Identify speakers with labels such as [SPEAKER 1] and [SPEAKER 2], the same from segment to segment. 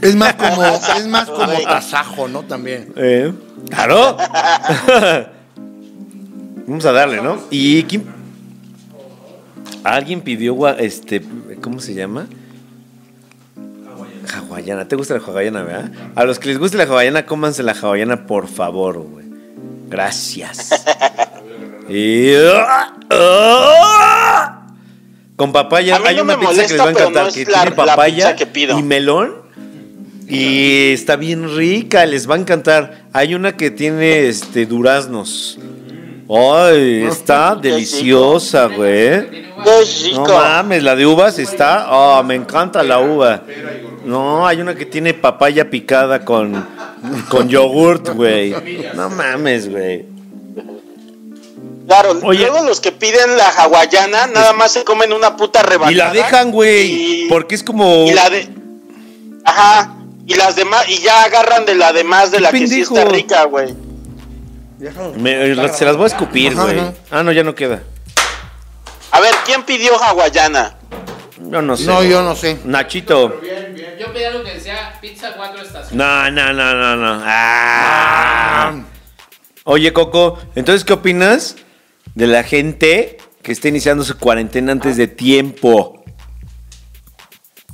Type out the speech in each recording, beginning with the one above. [SPEAKER 1] Es más como, es más como tasajo, ¿no? También.
[SPEAKER 2] Eh, claro. Vamos a darle, ¿no? ¿Y quién? ¿Alguien pidió gua- este, cómo se llama? Hawaiana. ¿Te gusta la hawaiana, verdad? A los que les guste la hawaiana, cómanse la hawaiana, por favor, güey. Gracias. Y- ah, Con papaya,
[SPEAKER 3] A mí
[SPEAKER 2] hay
[SPEAKER 3] no
[SPEAKER 2] una
[SPEAKER 3] me
[SPEAKER 2] pizza que les
[SPEAKER 3] molesta,
[SPEAKER 2] va a
[SPEAKER 3] pero
[SPEAKER 2] encantar,
[SPEAKER 3] no es
[SPEAKER 2] que
[SPEAKER 3] la-
[SPEAKER 2] tiene
[SPEAKER 3] la
[SPEAKER 2] papaya
[SPEAKER 3] pizza que pido.
[SPEAKER 2] y melón. Y está bien rica, les va a encantar. Hay una que tiene este duraznos. Ay, está deliciosa, güey.
[SPEAKER 3] Qué rico.
[SPEAKER 2] No mames, la de uvas está. Oh, me encanta la uva. No, hay una que tiene papaya picada con, con yogurt, güey. No mames, güey.
[SPEAKER 3] claro,
[SPEAKER 2] Oye.
[SPEAKER 3] luego los que piden la hawaiana nada más se comen una puta rebanada.
[SPEAKER 2] Y la dejan, güey.
[SPEAKER 3] y-
[SPEAKER 2] Porque es como.
[SPEAKER 3] Y la de. Ajá. Y las demás. Y ya agarran de la demás de
[SPEAKER 2] Qué
[SPEAKER 3] la que sí
[SPEAKER 2] pendejo.
[SPEAKER 3] está rica, güey.
[SPEAKER 2] Me- eh, se las voy a escupir,
[SPEAKER 1] Ajá,
[SPEAKER 2] güey.
[SPEAKER 1] ajá.
[SPEAKER 2] Ah, no, ya no queda.
[SPEAKER 3] A ver, ¿quién pidió hawaiana?
[SPEAKER 2] Yo no sé.
[SPEAKER 1] No, yo no sé.
[SPEAKER 2] Nachito.
[SPEAKER 4] Yo pedí algo que decía pizza cuatro estaciones.
[SPEAKER 2] No, no, no, no, no. Ah. Oye, Coco, entonces, ¿qué opinas de la gente que está iniciando su cuarentena antes de tiempo?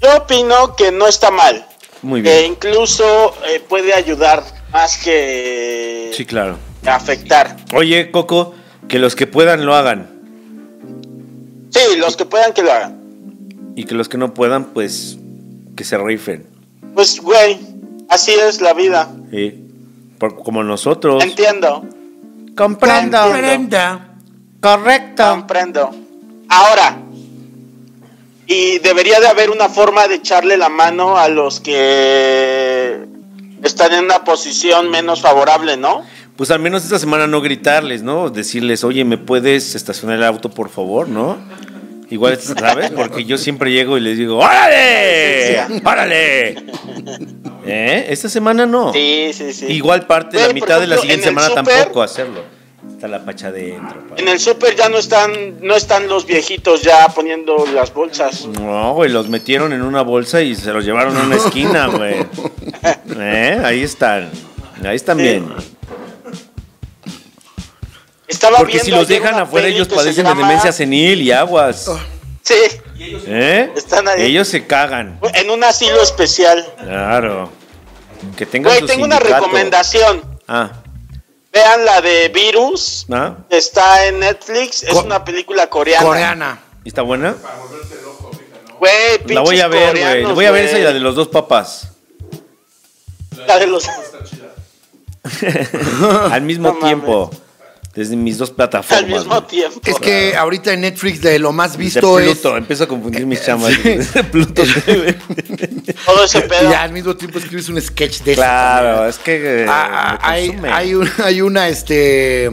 [SPEAKER 3] Yo opino que no está mal.
[SPEAKER 2] Muy
[SPEAKER 3] Que
[SPEAKER 2] bien.
[SPEAKER 3] incluso eh, puede ayudar más que
[SPEAKER 2] Sí, claro.
[SPEAKER 3] afectar.
[SPEAKER 2] Oye, Coco, que los que puedan lo hagan.
[SPEAKER 3] Sí, los que puedan que lo hagan.
[SPEAKER 2] Y que los que no puedan, pues, que se rifen.
[SPEAKER 3] Pues, güey, así es la vida.
[SPEAKER 2] ¿sí? ¿eh? Por- como nosotros.
[SPEAKER 3] Entiendo,
[SPEAKER 2] Comprendo. Correcto.
[SPEAKER 3] comprendo. Ahora, y debería de haber una forma de echarle la mano a los que están en una posición menos favorable, ¿no?
[SPEAKER 2] Pues al menos esta semana no gritarles, ¿no? Decirles, oye, ¿me puedes estacionar el auto, por favor, no? Igual, ¿sabes? Porque yo siempre llego y les digo, ¡órale! ¡Órale! ¿Eh? Esta semana no.
[SPEAKER 3] Sí, sí, sí.
[SPEAKER 2] Igual parte,
[SPEAKER 3] Güey,
[SPEAKER 2] la
[SPEAKER 3] por
[SPEAKER 2] mitad de la
[SPEAKER 3] ejemplo,
[SPEAKER 2] siguiente
[SPEAKER 3] en el
[SPEAKER 2] semana
[SPEAKER 3] súper-
[SPEAKER 2] tampoco hacerlo. Está la pacha adentro. pa.
[SPEAKER 3] En el súper ya no están, no están los viejitos ya poniendo las bolsas.
[SPEAKER 2] No, güey, los metieron en una bolsa y se los llevaron a una esquina, güey. ¿Eh? Ahí están. Ahí están
[SPEAKER 3] Sí.
[SPEAKER 2] bien.
[SPEAKER 3] Estaba
[SPEAKER 2] Porque si
[SPEAKER 3] viendo
[SPEAKER 2] los
[SPEAKER 3] ayer
[SPEAKER 2] dejan
[SPEAKER 3] una
[SPEAKER 2] afuera,
[SPEAKER 3] peli
[SPEAKER 2] ellos
[SPEAKER 3] que se
[SPEAKER 2] padecen de
[SPEAKER 3] llama-
[SPEAKER 2] demencia senil y aguas.
[SPEAKER 3] Sí,
[SPEAKER 2] ¿Eh?
[SPEAKER 3] Están ahí.
[SPEAKER 2] Ellos se cagan.
[SPEAKER 3] en un asilo especial.
[SPEAKER 2] Claro. Que tengan
[SPEAKER 3] Güey,
[SPEAKER 2] su
[SPEAKER 3] tengo una
[SPEAKER 2] sindicato.
[SPEAKER 3] recomendación.
[SPEAKER 2] Ah,
[SPEAKER 3] Vean la de Virus.
[SPEAKER 2] ¿ah?
[SPEAKER 3] Está en Netflix. Es
[SPEAKER 1] Co-
[SPEAKER 3] una película coreana.
[SPEAKER 1] Coreana.
[SPEAKER 2] ¿Y ¿Está buena?
[SPEAKER 3] Güey, pinches
[SPEAKER 2] La voy a ver, güey.
[SPEAKER 3] coreanos,
[SPEAKER 2] Voy a ver
[SPEAKER 3] güey.
[SPEAKER 2] esa y la de los dos papas.
[SPEAKER 3] La de los-
[SPEAKER 2] Al mismo
[SPEAKER 3] No mames.
[SPEAKER 2] tiempo. Desde mis dos plataformas.
[SPEAKER 3] al mismo
[SPEAKER 2] güey.
[SPEAKER 3] tiempo.
[SPEAKER 1] Es que ahorita en Netflix de lo más
[SPEAKER 2] Dice
[SPEAKER 1] visto es.
[SPEAKER 2] Pluto. Empiezo a confundir mis chamas.
[SPEAKER 1] sí.
[SPEAKER 2] Pluto TV.
[SPEAKER 3] Todo ese pedo.
[SPEAKER 1] Y al mismo tiempo escribes un sketch de eso
[SPEAKER 2] claro,
[SPEAKER 1] también.
[SPEAKER 2] es que. eh,
[SPEAKER 1] Ah, ah,
[SPEAKER 2] me
[SPEAKER 1] hay,
[SPEAKER 2] consume.
[SPEAKER 1] hay un- hay una, este.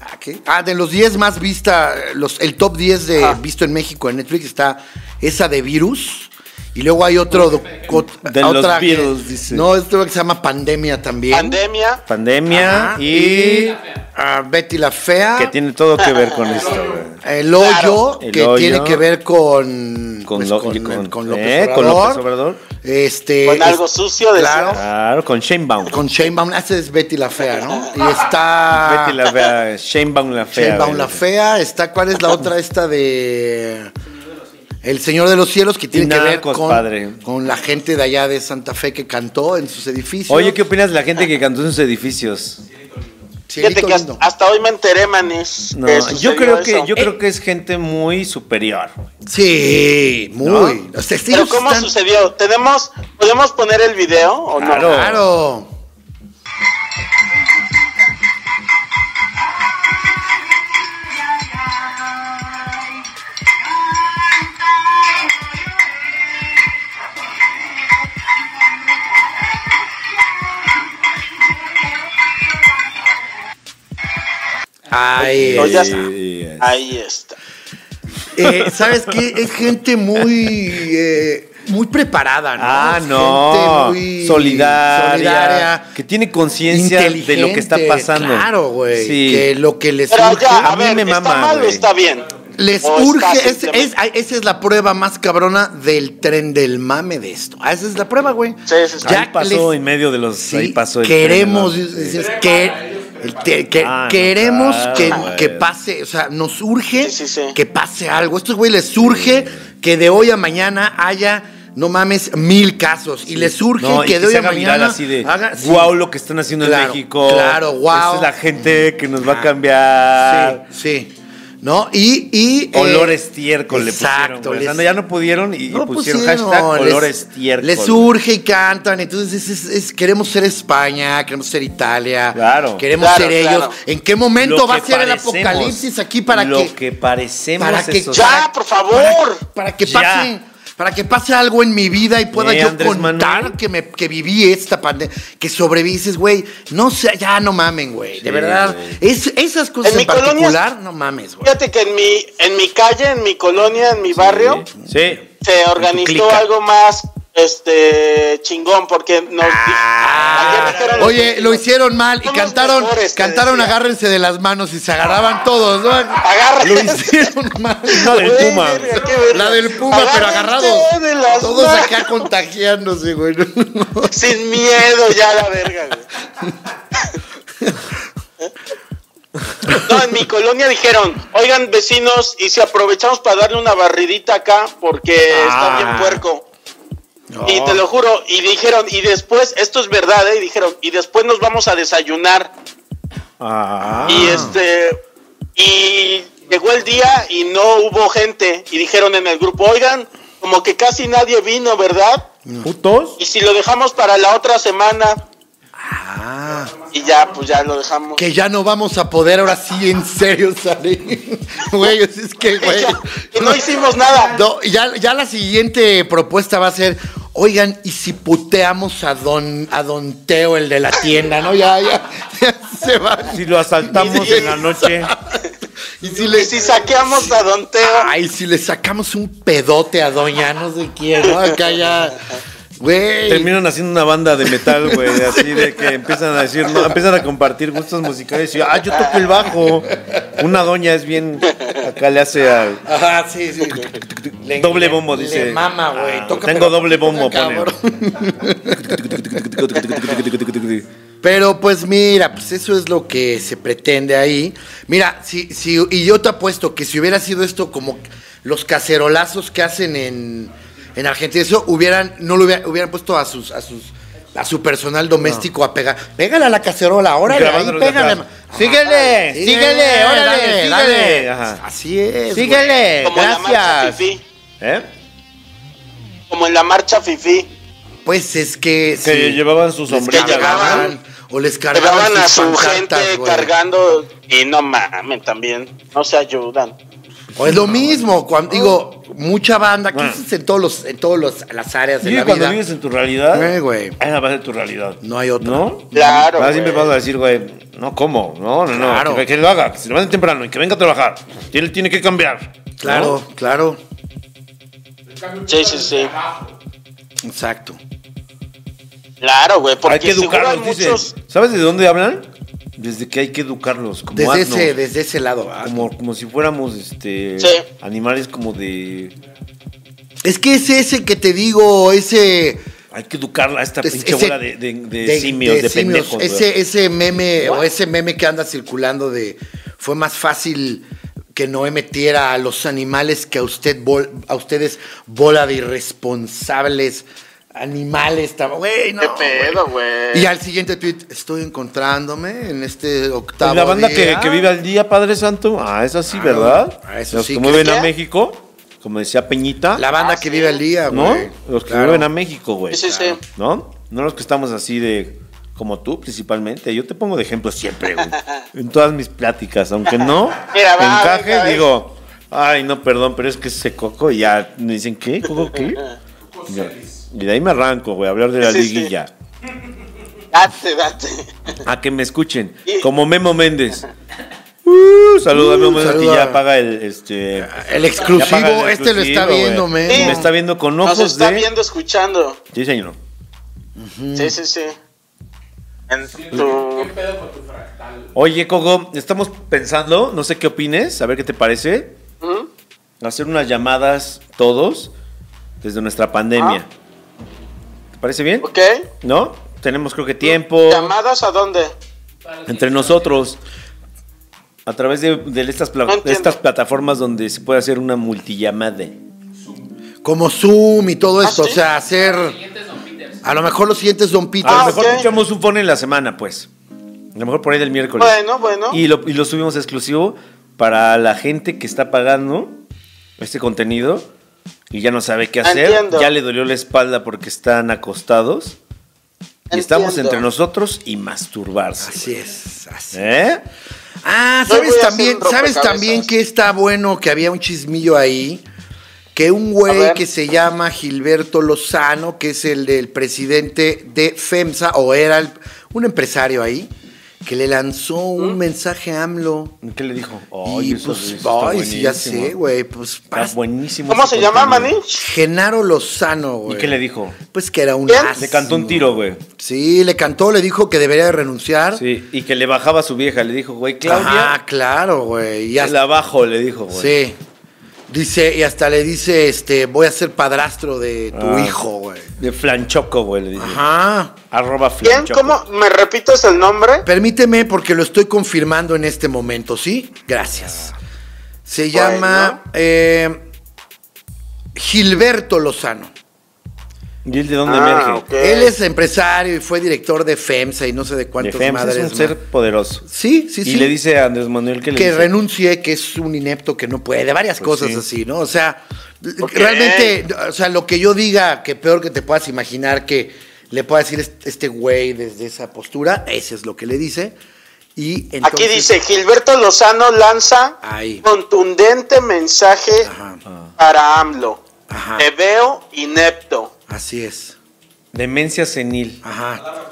[SPEAKER 1] ah, ¿qué? Ah, de los 10 más vista, los, el top 10 de
[SPEAKER 3] Ah.
[SPEAKER 1] visto en México en Netflix está esa de virus. Y luego hay otro. doc- ot-
[SPEAKER 2] De los
[SPEAKER 1] otra que-
[SPEAKER 2] virus, dice.
[SPEAKER 1] No, esto que se llama Pandemia también.
[SPEAKER 3] Pandemia.
[SPEAKER 2] Pandemia
[SPEAKER 1] Ajá,
[SPEAKER 2] y.
[SPEAKER 1] ah, Betty la Fea.
[SPEAKER 2] Que tiene todo que ver con esto, güey.
[SPEAKER 1] El hoyo,
[SPEAKER 3] Claro.
[SPEAKER 2] El
[SPEAKER 1] que
[SPEAKER 2] hoyo.
[SPEAKER 1] tiene que ver con.
[SPEAKER 2] Con
[SPEAKER 1] pues,
[SPEAKER 2] lo-
[SPEAKER 1] con,
[SPEAKER 2] con-
[SPEAKER 1] con López
[SPEAKER 2] eh,
[SPEAKER 1] Obrador.
[SPEAKER 2] con López Obrador.
[SPEAKER 1] Este,
[SPEAKER 3] Con algo
[SPEAKER 1] es-
[SPEAKER 3] sucio de
[SPEAKER 1] claro.
[SPEAKER 2] Claro, con Shanebaum.
[SPEAKER 1] Con Shanebaum, esa es Betty la Fea, ¿no? Y está.
[SPEAKER 2] Betty la fea, Shanebaum la fea.
[SPEAKER 1] Shanebaum
[SPEAKER 2] güey.
[SPEAKER 1] Ah. la Fea, está. ¿Cuál es la otra? Esta de. El Señor de los Cielos, que tiene que ver
[SPEAKER 2] Narcos,
[SPEAKER 1] con,
[SPEAKER 2] padre.
[SPEAKER 1] con la gente de allá de Santa Fe que cantó en sus edificios.
[SPEAKER 2] Oye, ¿qué opinas de la gente que cantó en sus edificios?
[SPEAKER 3] Fíjate
[SPEAKER 1] Cielito
[SPEAKER 3] que hasta,
[SPEAKER 1] lindo.
[SPEAKER 3] hasta hoy me enteré, manes.
[SPEAKER 2] No,
[SPEAKER 3] que sucedió
[SPEAKER 2] yo creo que
[SPEAKER 3] eso.
[SPEAKER 2] yo
[SPEAKER 1] Eh.
[SPEAKER 2] creo que es gente muy superior.
[SPEAKER 1] Sí, muy. O sea, sí,
[SPEAKER 3] Pero ¿cómo
[SPEAKER 1] están-
[SPEAKER 3] sucedió? ¿Tenemos, ¿Podemos poner el video o no?
[SPEAKER 2] Claro.
[SPEAKER 1] Claro. Ay,
[SPEAKER 3] Pues ya
[SPEAKER 2] Sí,
[SPEAKER 3] está.
[SPEAKER 2] es.
[SPEAKER 3] Ahí está.
[SPEAKER 1] eh, ¿Sabes qué? Es gente muy eh, muy preparada, ¿no?
[SPEAKER 2] Ah,
[SPEAKER 1] Es
[SPEAKER 2] no.
[SPEAKER 1] gente muy
[SPEAKER 2] Solidaria,
[SPEAKER 1] solidaria,
[SPEAKER 2] Que tiene conciencia de lo que está
[SPEAKER 1] inteligente,
[SPEAKER 2] pasando.
[SPEAKER 1] Claro, güey.
[SPEAKER 2] Sí.
[SPEAKER 1] que lo que les
[SPEAKER 3] Pero
[SPEAKER 1] surge-
[SPEAKER 3] ya, a,
[SPEAKER 2] A mí
[SPEAKER 3] ver,
[SPEAKER 2] me
[SPEAKER 3] ¿está
[SPEAKER 2] mama,
[SPEAKER 3] mal o
[SPEAKER 2] güey.
[SPEAKER 3] está bien?
[SPEAKER 1] Les
[SPEAKER 3] O está
[SPEAKER 1] urge, es-
[SPEAKER 3] simplemente-
[SPEAKER 1] es- ay, esa es la prueba más cabrona del tren del mame de esto. Ah, Esa es la prueba, güey.
[SPEAKER 3] Sí, sí, sí.
[SPEAKER 1] Ya
[SPEAKER 2] ahí pasó
[SPEAKER 1] les-
[SPEAKER 2] en medio de los.
[SPEAKER 1] Sí,
[SPEAKER 2] ahí pasó el
[SPEAKER 1] queremos,
[SPEAKER 2] tren, ¿no?
[SPEAKER 1] es- es-
[SPEAKER 4] Sí.
[SPEAKER 1] que, el te- que-
[SPEAKER 2] Ah, no,
[SPEAKER 1] queremos
[SPEAKER 2] claro,
[SPEAKER 1] que,
[SPEAKER 2] güey.
[SPEAKER 1] que pase, o sea, nos urge
[SPEAKER 3] Sí, sí, sí.
[SPEAKER 1] que pase algo. A Estos güey les surge que de hoy a mañana haya, no mames, mil casos. Y les surge
[SPEAKER 2] No, y
[SPEAKER 1] que de hoy
[SPEAKER 2] se
[SPEAKER 1] a
[SPEAKER 2] haga viral
[SPEAKER 1] mañana
[SPEAKER 2] así de
[SPEAKER 1] haga- sí.
[SPEAKER 2] wow lo que están haciendo en
[SPEAKER 1] Claro,
[SPEAKER 2] México.
[SPEAKER 1] claro, guau.
[SPEAKER 2] Esa es la gente que nos va a cambiar.
[SPEAKER 1] Sí, sí. ¿No? Y. y eh,
[SPEAKER 2] Olor estiércol le pusieron.
[SPEAKER 1] Exacto.
[SPEAKER 2] güey.
[SPEAKER 1] les-
[SPEAKER 2] Ando, ya no pudieron y, y
[SPEAKER 1] no
[SPEAKER 2] pusieron,
[SPEAKER 1] pusieron,
[SPEAKER 2] hashtag olor
[SPEAKER 1] les-
[SPEAKER 2] estiércol.
[SPEAKER 1] Les surge y cantan. Entonces, es- es- es- queremos ser España, queremos ser Italia.
[SPEAKER 2] Claro.
[SPEAKER 1] Queremos
[SPEAKER 3] Claro,
[SPEAKER 1] ser ellos.
[SPEAKER 3] claro.
[SPEAKER 1] ¿En qué momento
[SPEAKER 2] Lo
[SPEAKER 1] va a
[SPEAKER 2] que
[SPEAKER 1] ser el
[SPEAKER 2] parecemos,
[SPEAKER 1] apocalipsis aquí para
[SPEAKER 2] lo
[SPEAKER 1] que,
[SPEAKER 2] que parecemos
[SPEAKER 1] para que
[SPEAKER 2] esos-
[SPEAKER 3] Ya, por favor.
[SPEAKER 1] para que
[SPEAKER 2] Ya.
[SPEAKER 1] pase? Para que pase algo en mi vida y pueda
[SPEAKER 2] Eh,
[SPEAKER 1] yo
[SPEAKER 2] Andrés
[SPEAKER 1] contar
[SPEAKER 2] Manuel.
[SPEAKER 1] que, me, que viví esta pandemia, que sobrevives, güey. No sé, ya no mamen, güey. de
[SPEAKER 2] Sí,
[SPEAKER 1] verdad.
[SPEAKER 2] güey.
[SPEAKER 1] Es- esas cosas en,
[SPEAKER 3] En mi colonia-
[SPEAKER 1] particular, no mames, güey.
[SPEAKER 3] Fíjate que en mi, en mi calle, en mi colonia, en mi barrio,
[SPEAKER 2] Sí.
[SPEAKER 3] se
[SPEAKER 2] En tu
[SPEAKER 3] organizó
[SPEAKER 2] clica.
[SPEAKER 3] algo más este chingón, porque nos
[SPEAKER 1] Ah,
[SPEAKER 3] ayer dijeron-
[SPEAKER 1] oye, lo hicieron mal y
[SPEAKER 3] Somos
[SPEAKER 1] cantaron,
[SPEAKER 3] mejores, te
[SPEAKER 1] cantaron
[SPEAKER 3] decía.
[SPEAKER 1] agárrense de las manos y se agarraban todos, ¿no?
[SPEAKER 3] Agárrense.
[SPEAKER 1] Lo hicieron mal.
[SPEAKER 2] La del
[SPEAKER 3] Güey,
[SPEAKER 2] Puma.
[SPEAKER 3] verga, qué verga.
[SPEAKER 1] La del Puma, pero
[SPEAKER 3] Agárrense
[SPEAKER 1] agarrados.
[SPEAKER 3] de las
[SPEAKER 1] Todos
[SPEAKER 3] manos.
[SPEAKER 1] acá contagiándose, güey.
[SPEAKER 3] Sin miedo ya la verga, güey. No, en mi colonia dijeron, oigan vecinos, y si aprovechamos para darle una barridita acá, porque está bien puerco. Y te lo juro, y dijeron, y después, esto es verdad, ¿eh? y dijeron, y después nos vamos a desayunar.
[SPEAKER 2] Ah.
[SPEAKER 3] Y este, y llegó el día y no hubo gente, y dijeron en el grupo, oigan, como que casi nadie vino, ¿verdad?
[SPEAKER 2] Putos.
[SPEAKER 3] Y si lo dejamos para la otra semana.
[SPEAKER 1] Ah.
[SPEAKER 3] Y ya, pues ya lo dejamos.
[SPEAKER 1] Que ya no vamos a poder ahora sí en serio salir. Güey, es que, güey.
[SPEAKER 3] Ya, que no hicimos nada.
[SPEAKER 1] No, ya, ya la siguiente propuesta va a ser, oigan, ¿y si puteamos a don, a don Teo, el de la tienda, no? Ya, ya, ya se va.
[SPEAKER 2] Si lo asaltamos
[SPEAKER 1] Sí.
[SPEAKER 2] en la noche.
[SPEAKER 1] Y si
[SPEAKER 3] Y
[SPEAKER 1] le,
[SPEAKER 3] si saqueamos a Don Teo.
[SPEAKER 1] ay, si le sacamos un pedote a doña no sé quién, ¿no? Acá ya, güey.
[SPEAKER 2] Terminan haciendo una banda de metal, güey, así de que empiezan a decir, no, empiezan a compartir gustos musicales y, ah, yo toco el bajo. Una doña es bien, acá le hace al
[SPEAKER 1] Ajá, sí, sí. Le-
[SPEAKER 2] doble
[SPEAKER 1] le-
[SPEAKER 2] bombo, dice.
[SPEAKER 1] Le mama, güey.
[SPEAKER 2] Ah,
[SPEAKER 1] Toca,
[SPEAKER 2] tengo
[SPEAKER 1] pero-
[SPEAKER 2] doble
[SPEAKER 1] toca
[SPEAKER 2] bombo, pone.
[SPEAKER 1] cabrón. Pero pues mira, pues eso es lo que se pretende ahí. Mira, si, si, y yo te apuesto que si hubiera sido esto como los cacerolazos que hacen en, en Argentina, eso hubieran, no lo hubiera- hubieran puesto a sus, a sus, a su personal doméstico a pegar. Pégale a la cacerola, órale, ahí,
[SPEAKER 2] Grabándolo de
[SPEAKER 1] pégale. Ah,
[SPEAKER 2] atrás. Síguele, síguele, órale, síguele. Ajá.
[SPEAKER 1] Así es.
[SPEAKER 2] Síguele,
[SPEAKER 3] Como en la marcha
[SPEAKER 2] gracias.
[SPEAKER 3] fifí.
[SPEAKER 2] ¿Eh?
[SPEAKER 3] Como en la marcha fifí.
[SPEAKER 1] güey. Pues es que.
[SPEAKER 2] Que
[SPEAKER 1] sí,
[SPEAKER 2] llevaban sus
[SPEAKER 1] les
[SPEAKER 2] sombrillas.
[SPEAKER 3] llegaban.
[SPEAKER 1] cargaban, O les cargaban
[SPEAKER 3] Llevaban a
[SPEAKER 1] sus
[SPEAKER 3] su
[SPEAKER 1] pancartas,
[SPEAKER 3] gente
[SPEAKER 1] güey.
[SPEAKER 3] cargando. Y no mamen también. No se ayudan.
[SPEAKER 1] O es lo mismo, cuando digo, mucha banda, que
[SPEAKER 2] Bueno.
[SPEAKER 1] es en todos los, en todos los- las áreas de
[SPEAKER 2] Y
[SPEAKER 1] la
[SPEAKER 2] cuando
[SPEAKER 1] vida.
[SPEAKER 2] vives en tu realidad,
[SPEAKER 1] Eh, güey.
[SPEAKER 2] es la base de tu realidad.
[SPEAKER 1] No hay otra.
[SPEAKER 2] ¿No?
[SPEAKER 3] Claro,
[SPEAKER 2] Ah, siempre
[SPEAKER 3] güey.
[SPEAKER 2] vas a decir, güey, no, ¿cómo? No, no, no.
[SPEAKER 1] Claro.
[SPEAKER 2] Que, que lo haga, que se levante temprano y que venga a trabajar. Tiene, tiene que cambiar.
[SPEAKER 1] Claro, claro.
[SPEAKER 3] Sí, sí, sí.
[SPEAKER 1] Exacto.
[SPEAKER 3] Claro, güey.
[SPEAKER 2] ¿no?
[SPEAKER 3] Porque
[SPEAKER 2] Hay que
[SPEAKER 3] seguro
[SPEAKER 2] educarlos,
[SPEAKER 3] hay
[SPEAKER 2] dice.
[SPEAKER 3] muchos.
[SPEAKER 2] ¿Sabes de dónde hablan? Desde que hay que educarlos. Como
[SPEAKER 1] Desde
[SPEAKER 2] asnos,
[SPEAKER 1] ese, desde ese lado. ¿verdad?
[SPEAKER 2] como, como si fuéramos este
[SPEAKER 3] Sí.
[SPEAKER 2] animales como de.
[SPEAKER 1] Es que es ese que te digo, ese.
[SPEAKER 2] Hay que educar a esta
[SPEAKER 1] es-
[SPEAKER 2] pinche
[SPEAKER 1] Pues ese-
[SPEAKER 2] bola de, de- de simios, de,
[SPEAKER 1] simios.
[SPEAKER 2] pendejos. güey.
[SPEAKER 1] Ese, ese meme, o ese meme que anda circulando de fue más fácil que Noé metiera a los animales que a usted bol- a ustedes bola de irresponsables animales. tam- Güey, no.
[SPEAKER 3] ¿Qué
[SPEAKER 1] güey.
[SPEAKER 3] pedo, güey?
[SPEAKER 1] Y al siguiente tweet, estoy encontrándome en este octavo.
[SPEAKER 2] Y la banda que,
[SPEAKER 1] día".
[SPEAKER 2] que vive al día, Padre Santo. Ah, esa sí,
[SPEAKER 1] Claro.
[SPEAKER 2] ¿verdad?
[SPEAKER 1] Ah, eso
[SPEAKER 2] Los
[SPEAKER 1] sí
[SPEAKER 2] que
[SPEAKER 1] que-
[SPEAKER 2] mueven a
[SPEAKER 3] ¿Qué?
[SPEAKER 2] México, como decía Peñita,
[SPEAKER 1] La banda
[SPEAKER 3] Ah,
[SPEAKER 1] que
[SPEAKER 3] sí.
[SPEAKER 1] vive al día,
[SPEAKER 2] ¿no?
[SPEAKER 1] güey.
[SPEAKER 2] Los que
[SPEAKER 1] Claro.
[SPEAKER 2] mueven a México, güey.
[SPEAKER 3] Sí, sí, sí.
[SPEAKER 2] ¿No? No los que estamos así de. Como tú, principalmente. Yo te pongo de ejemplo siempre, güey. en todas mis pláticas. Aunque no
[SPEAKER 3] Mira, va,
[SPEAKER 2] encaje,
[SPEAKER 3] venga, eh.
[SPEAKER 2] digo. Ay, no, perdón, pero es que ese coco y ya. Me dicen, ¿qué? ¿Coco qué? Y de ahí me arranco, güey, a hablar de la
[SPEAKER 3] Sí, sí.
[SPEAKER 2] liguilla.
[SPEAKER 3] Date, date.
[SPEAKER 2] A que me escuchen.
[SPEAKER 3] Y-
[SPEAKER 2] Como Memo Méndez. Uh, saluda a Memo
[SPEAKER 1] Uh,
[SPEAKER 2] Méndez que
[SPEAKER 1] saluda.
[SPEAKER 2] ya paga el este.
[SPEAKER 1] El
[SPEAKER 2] ya
[SPEAKER 1] exclusivo,
[SPEAKER 2] paga el
[SPEAKER 1] este lo está
[SPEAKER 2] exclusivo,
[SPEAKER 1] viendo,
[SPEAKER 2] güey.
[SPEAKER 1] Memo.
[SPEAKER 2] Me está viendo con
[SPEAKER 3] Nos
[SPEAKER 2] ojos
[SPEAKER 1] pues,
[SPEAKER 3] está
[SPEAKER 2] de.
[SPEAKER 3] viendo, escuchando.
[SPEAKER 2] Sí, señor.
[SPEAKER 1] Mm.
[SPEAKER 3] Sí, sí, sí. En tu.
[SPEAKER 4] ¿Qué pedo con tu fractal?
[SPEAKER 2] Oye, Cogo, estamos pensando, no sé qué opines, a ver qué te parece.
[SPEAKER 3] ¿Mm?
[SPEAKER 2] hacer unas llamadas todos desde nuestra pandemia. ¿Te parece bien?
[SPEAKER 3] Ah. ¿Ok? Mm.
[SPEAKER 2] ¿No? Tenemos creo que tiempo
[SPEAKER 3] ¿Llamadas a dónde?
[SPEAKER 4] Para los
[SPEAKER 2] entre
[SPEAKER 4] que-
[SPEAKER 2] nosotros a través de, de estas, pla-
[SPEAKER 3] No entiendo.
[SPEAKER 2] estas plataformas donde se puede hacer una multillamada.
[SPEAKER 1] Como Zoom y todo
[SPEAKER 3] ¿Ah,
[SPEAKER 1] esto.
[SPEAKER 3] sí?
[SPEAKER 1] O sea, hacer.
[SPEAKER 4] Siguientes Don Peters.
[SPEAKER 1] A lo mejor los siguientes Don Peter.
[SPEAKER 2] A
[SPEAKER 3] Ah,
[SPEAKER 2] lo mejor
[SPEAKER 3] ok.
[SPEAKER 2] escuchamos un phone en la semana, pues. A lo mejor por ahí del miércoles.
[SPEAKER 3] Bueno, bueno.
[SPEAKER 2] Y lo, y lo subimos exclusivo para la gente que está pagando este contenido y ya no sabe qué hacer.
[SPEAKER 3] Entiendo.
[SPEAKER 2] Ya le dolió la espalda porque están acostados. Y estamos
[SPEAKER 3] Entiendo.
[SPEAKER 2] entre nosotros y masturbarse.
[SPEAKER 1] Así es. Así.
[SPEAKER 2] ¿Eh?
[SPEAKER 1] Ah,
[SPEAKER 3] Yo voy
[SPEAKER 1] ¿sabes
[SPEAKER 3] a hacer
[SPEAKER 1] también,
[SPEAKER 3] un
[SPEAKER 1] ¿sabes
[SPEAKER 3] rompecabezas.
[SPEAKER 1] también que está bueno que había un chismillo ahí? Que un
[SPEAKER 3] A
[SPEAKER 1] güey
[SPEAKER 3] ver.
[SPEAKER 1] que se llama Gilberto Lozano, que es el del presidente de FEMSA, o era el- un empresario ahí, que le lanzó un
[SPEAKER 3] ¿Mm?
[SPEAKER 1] mensaje a AMLO.
[SPEAKER 2] ¿Qué le dijo?
[SPEAKER 1] y
[SPEAKER 2] Ay, eso-
[SPEAKER 1] pues,
[SPEAKER 2] eso está
[SPEAKER 1] ay, sí, ya
[SPEAKER 2] buenísimo.
[SPEAKER 1] sé, güey, pues,
[SPEAKER 2] Está
[SPEAKER 1] pas-
[SPEAKER 2] buenísimo.
[SPEAKER 3] ¿Cómo
[SPEAKER 2] ese
[SPEAKER 3] se llama, Manny?
[SPEAKER 2] contenido.
[SPEAKER 1] Genaro Lozano,
[SPEAKER 2] ¿Y
[SPEAKER 1] güey.
[SPEAKER 2] qué le dijo?
[SPEAKER 1] Pues que era un
[SPEAKER 3] ¿Quién?
[SPEAKER 1] as.
[SPEAKER 2] Le cantó un tiro, güey.
[SPEAKER 1] Sí, le cantó, le dijo que debería de renunciar.
[SPEAKER 2] Sí, y que le bajaba a su vieja. Le dijo, güey, Claudia,
[SPEAKER 1] Ah, claro, güey. Y
[SPEAKER 2] te
[SPEAKER 1] hasta-
[SPEAKER 2] la bajo, le dijo, güey.
[SPEAKER 1] Sí. Dice, y hasta le dice, este, voy a ser padrastro de tu
[SPEAKER 2] Ah.
[SPEAKER 1] hijo, güey.
[SPEAKER 2] De flanchoco, güey, le dijo.
[SPEAKER 1] Ajá.
[SPEAKER 2] Arroba
[SPEAKER 3] ¿Quién?
[SPEAKER 2] flanchoco.
[SPEAKER 3] ¿Cómo? ¿Me repites el nombre?
[SPEAKER 1] Permíteme, porque lo estoy confirmando en este momento, ¿sí? Gracias. Se
[SPEAKER 3] Bueno.
[SPEAKER 1] llama eh, Gilberto Lozano.
[SPEAKER 2] ¿Y él de dónde
[SPEAKER 3] Ah,
[SPEAKER 2] emerge?
[SPEAKER 3] ok.
[SPEAKER 1] Él es empresario y fue director de FEMSA y no sé de
[SPEAKER 2] De
[SPEAKER 1] cuántos
[SPEAKER 2] FEMS,
[SPEAKER 1] madres.
[SPEAKER 2] es un
[SPEAKER 1] más.
[SPEAKER 2] ser poderoso.
[SPEAKER 1] Sí, sí,
[SPEAKER 2] y
[SPEAKER 1] sí.
[SPEAKER 2] le dice a Andrés Manuel que le
[SPEAKER 1] que
[SPEAKER 2] dice,
[SPEAKER 1] renuncie, que es un inepto que no puede, varias
[SPEAKER 2] Pues
[SPEAKER 1] cosas
[SPEAKER 2] sí.
[SPEAKER 1] así, ¿no? O sea,
[SPEAKER 3] Ok.
[SPEAKER 1] realmente, o sea, lo que yo diga que peor que te puedas imaginar que le pueda decir est- este güey desde esa postura, ese es lo que le dice. Y entonces,
[SPEAKER 3] Aquí dice, Gilberto Lozano lanza
[SPEAKER 1] Ahí.
[SPEAKER 3] contundente mensaje
[SPEAKER 1] Ajá.
[SPEAKER 3] para AMLO.
[SPEAKER 1] Ajá.
[SPEAKER 3] Te veo inepto.
[SPEAKER 1] Así es.
[SPEAKER 2] Demencia senil.
[SPEAKER 1] Ajá.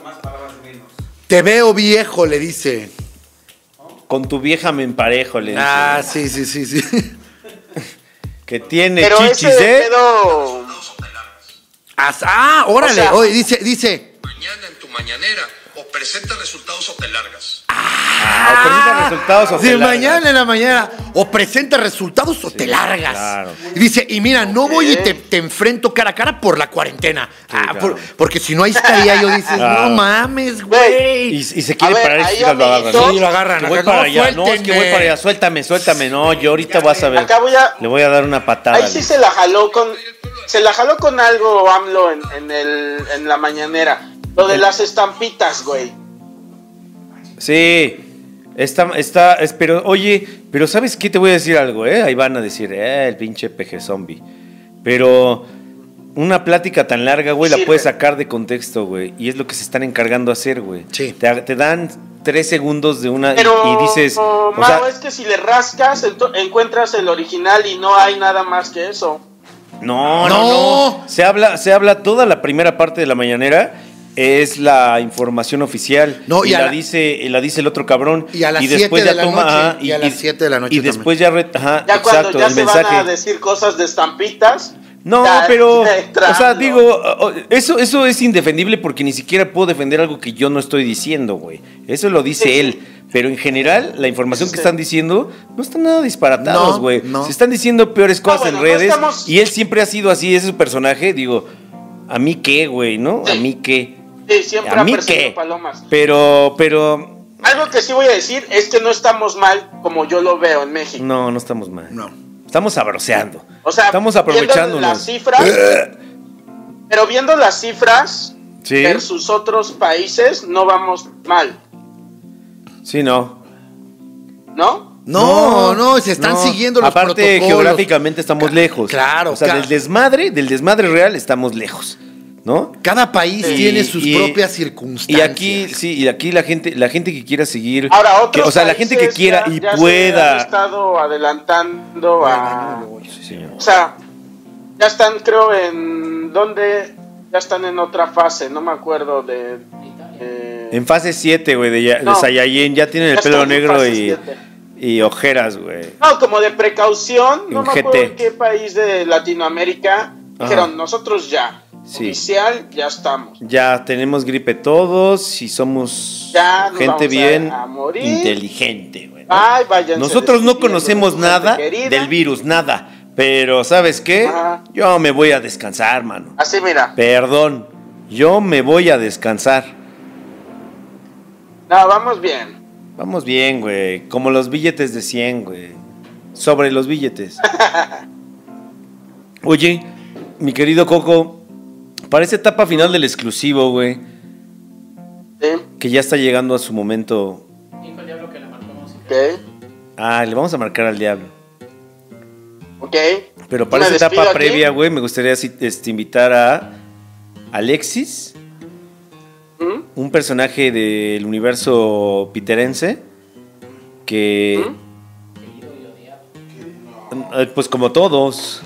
[SPEAKER 1] Te veo viejo, le dice.
[SPEAKER 2] Con tu vieja me emparejo, le dice.
[SPEAKER 1] Ah, sí, sí, sí, sí.
[SPEAKER 2] Que tiene
[SPEAKER 3] Pero
[SPEAKER 2] chichis,
[SPEAKER 3] ese
[SPEAKER 2] ¿eh?
[SPEAKER 3] pedo...
[SPEAKER 1] As- Ah, órale.
[SPEAKER 3] sea-
[SPEAKER 1] Oye, dice, dice.
[SPEAKER 5] mañana en tu mañanera o presenta resultados o te largas.
[SPEAKER 2] Ah, o presenta resultados o
[SPEAKER 1] de
[SPEAKER 2] te largas.
[SPEAKER 1] mañana en la mañana. O presenta resultados o te largas.
[SPEAKER 2] claro.
[SPEAKER 1] Y dice, y mira, no voy y te, te enfrento cara a cara por la cuarentena. Ah,
[SPEAKER 2] claro.
[SPEAKER 1] por- porque si no, ahí estaría yo. Dices,
[SPEAKER 2] Claro.
[SPEAKER 1] no mames, güey.
[SPEAKER 2] Y, y se quiere
[SPEAKER 3] A ver,
[SPEAKER 2] parar y
[SPEAKER 3] ahí,
[SPEAKER 2] chicas lo agarran.
[SPEAKER 3] amiguito.
[SPEAKER 1] Sí, lo agarran.
[SPEAKER 2] Que voy
[SPEAKER 1] Acá,
[SPEAKER 2] para
[SPEAKER 1] no,
[SPEAKER 2] allá. No, es que voy
[SPEAKER 1] suéltenme.
[SPEAKER 2] para allá. Suéltame, suéltame. No, yo ahorita vas a ver.
[SPEAKER 3] Acá voy a-
[SPEAKER 2] Le voy a dar una patada.
[SPEAKER 3] Ahí sí
[SPEAKER 2] le-
[SPEAKER 3] se la jaló con... Se la jaló con algo AMLO en, en el, en la mañanera. Lo
[SPEAKER 2] Eh.
[SPEAKER 3] de las estampitas, güey.
[SPEAKER 2] Sí. Está, está, es- pero, oye, pero ¿sabes qué? Te voy a decir algo, ¿eh? Ahí van a decir, eh, el pinche peje zombie. Pero una plática tan larga, güey, la
[SPEAKER 3] Sirve.
[SPEAKER 2] puedes sacar de contexto, güey. Y es lo que se están encargando de hacer, güey.
[SPEAKER 1] Sí.
[SPEAKER 2] Te, te dan tres segundos de una y-
[SPEAKER 3] Pero,
[SPEAKER 2] y, dices, o
[SPEAKER 3] Mau,
[SPEAKER 2] sea,
[SPEAKER 3] es que si le rascas, ento- encuentras el original y no hay nada más que eso.
[SPEAKER 2] No, no,
[SPEAKER 1] No.
[SPEAKER 2] no. Se habla, se habla toda la primera parte de la mañanera. Es la información oficial.
[SPEAKER 1] No,
[SPEAKER 2] y,
[SPEAKER 1] y a
[SPEAKER 2] la,
[SPEAKER 1] la-
[SPEAKER 2] dice, y la dice el otro cabrón.
[SPEAKER 1] Y a las siete de la noche, y a las siete de la noche
[SPEAKER 2] ah, Y
[SPEAKER 1] también.
[SPEAKER 2] después ya. re- ajá,
[SPEAKER 3] Ya
[SPEAKER 2] exacto,
[SPEAKER 3] cuando ya
[SPEAKER 2] el
[SPEAKER 3] se
[SPEAKER 2] mensaje.
[SPEAKER 3] van a decir cosas de estampitas.
[SPEAKER 2] No,
[SPEAKER 3] ya-
[SPEAKER 2] pero.
[SPEAKER 3] ya entrando.
[SPEAKER 2] O sea, digo, o- o- eso, eso es indefendible porque ni siquiera puedo defender algo que yo no estoy diciendo, güey. Eso lo dice
[SPEAKER 3] Sí.
[SPEAKER 2] él. Pero en general, la información que
[SPEAKER 3] Sí.
[SPEAKER 2] están diciendo no está nada disparatados,
[SPEAKER 1] No,
[SPEAKER 2] güey.
[SPEAKER 1] no.
[SPEAKER 2] Se están diciendo peores cosas
[SPEAKER 3] Ah, bueno,
[SPEAKER 2] en
[SPEAKER 3] no
[SPEAKER 2] redes.
[SPEAKER 3] estamos-
[SPEAKER 2] Y él siempre ha sido así, ese es su personaje. Digo, ¿a mí qué, güey? ¿No? ¿A
[SPEAKER 3] Sí.
[SPEAKER 2] mí qué?
[SPEAKER 3] Sí, siempre
[SPEAKER 2] ¿A mí
[SPEAKER 3] apercibo
[SPEAKER 2] qué?
[SPEAKER 3] palomas.
[SPEAKER 2] Pero, pero.
[SPEAKER 3] Algo que sí voy a decir es que no estamos mal como yo lo veo en México.
[SPEAKER 2] No, no estamos mal.
[SPEAKER 1] No.
[SPEAKER 2] Estamos sabroseando.
[SPEAKER 3] O sea,
[SPEAKER 2] estamos
[SPEAKER 3] viendo
[SPEAKER 2] aprovechándonos.
[SPEAKER 3] las cifras. pero viendo las cifras
[SPEAKER 2] Sí.
[SPEAKER 3] versus otros países, no vamos mal,
[SPEAKER 2] Sí, no.
[SPEAKER 3] ¿no?
[SPEAKER 1] No, no, se están
[SPEAKER 2] no.
[SPEAKER 1] siguiendo los
[SPEAKER 2] Aparte,
[SPEAKER 1] protocolos.
[SPEAKER 2] geográficamente estamos
[SPEAKER 1] Ca-
[SPEAKER 2] lejos.
[SPEAKER 1] Claro,
[SPEAKER 2] O sea,
[SPEAKER 1] ca-
[SPEAKER 2] del desmadre, del desmadre real estamos lejos, ¿no?
[SPEAKER 1] Cada país
[SPEAKER 2] Y-
[SPEAKER 1] tiene sus
[SPEAKER 2] y-
[SPEAKER 1] propias
[SPEAKER 2] Y
[SPEAKER 1] circunstancias.
[SPEAKER 2] aquí, sí, y aquí la gente, la gente que quiera seguir,
[SPEAKER 3] Ahora otros
[SPEAKER 2] que- o sea, la gente que
[SPEAKER 3] países
[SPEAKER 2] quiera
[SPEAKER 3] ya-
[SPEAKER 2] y
[SPEAKER 3] ya se han
[SPEAKER 2] pueda.
[SPEAKER 3] estado adelantando a
[SPEAKER 2] Sí, señor.
[SPEAKER 3] O sea, ya están, creo, en. ¿Dónde? Ya están en otra fase, no me acuerdo de. eh,
[SPEAKER 2] En fase 7, güey, de, ya- de
[SPEAKER 3] No.
[SPEAKER 2] Saiyajin, ya tienen el
[SPEAKER 3] Ya
[SPEAKER 2] pelo
[SPEAKER 3] estamos en
[SPEAKER 2] negro
[SPEAKER 3] fase
[SPEAKER 2] y,
[SPEAKER 3] siete.
[SPEAKER 2] y ojeras, güey.
[SPEAKER 3] no, como de precaución, no
[SPEAKER 2] En
[SPEAKER 3] me
[SPEAKER 2] GT.
[SPEAKER 3] acuerdo en qué país de Latinoamérica. Dijeron, nosotros ya.
[SPEAKER 2] Sí.
[SPEAKER 3] Oficial, ya estamos.
[SPEAKER 2] Ya tenemos gripe todos y somos
[SPEAKER 3] Ya nos vamos
[SPEAKER 2] gente
[SPEAKER 3] a-
[SPEAKER 2] bien
[SPEAKER 3] a morir.
[SPEAKER 2] inteligente, güey. ¿no?
[SPEAKER 3] Ay, váyanse
[SPEAKER 2] Nosotros no
[SPEAKER 3] despidiendo,
[SPEAKER 2] conocemos
[SPEAKER 3] gente
[SPEAKER 2] nada
[SPEAKER 3] querida. Ah.
[SPEAKER 2] del virus, nada. Pero, ¿sabes qué?
[SPEAKER 3] Ajá.
[SPEAKER 2] Yo me voy a descansar, mano.
[SPEAKER 3] Así, mira.
[SPEAKER 2] Perdón, yo me voy a descansar.
[SPEAKER 3] No, vamos bien.
[SPEAKER 2] Vamos bien, güey. Como los billetes de 100, güey. Sobre los billetes. Oye, mi querido Coco, para esta etapa final del exclusivo, güey,
[SPEAKER 3] Sí,
[SPEAKER 2] que ya está llegando a su momento.
[SPEAKER 4] Dijo el diablo que la marcó música.
[SPEAKER 3] ok,
[SPEAKER 2] Ah, le vamos a marcar al diablo.
[SPEAKER 3] ok.
[SPEAKER 2] Pero para
[SPEAKER 3] ¿Me
[SPEAKER 2] esta etapa
[SPEAKER 3] despido aquí?
[SPEAKER 2] previa, güey, me gustaría si- este, invitar a Alexis,
[SPEAKER 3] ¿Mm?
[SPEAKER 2] un personaje del universo piterense, que... Eh, Pues como todos.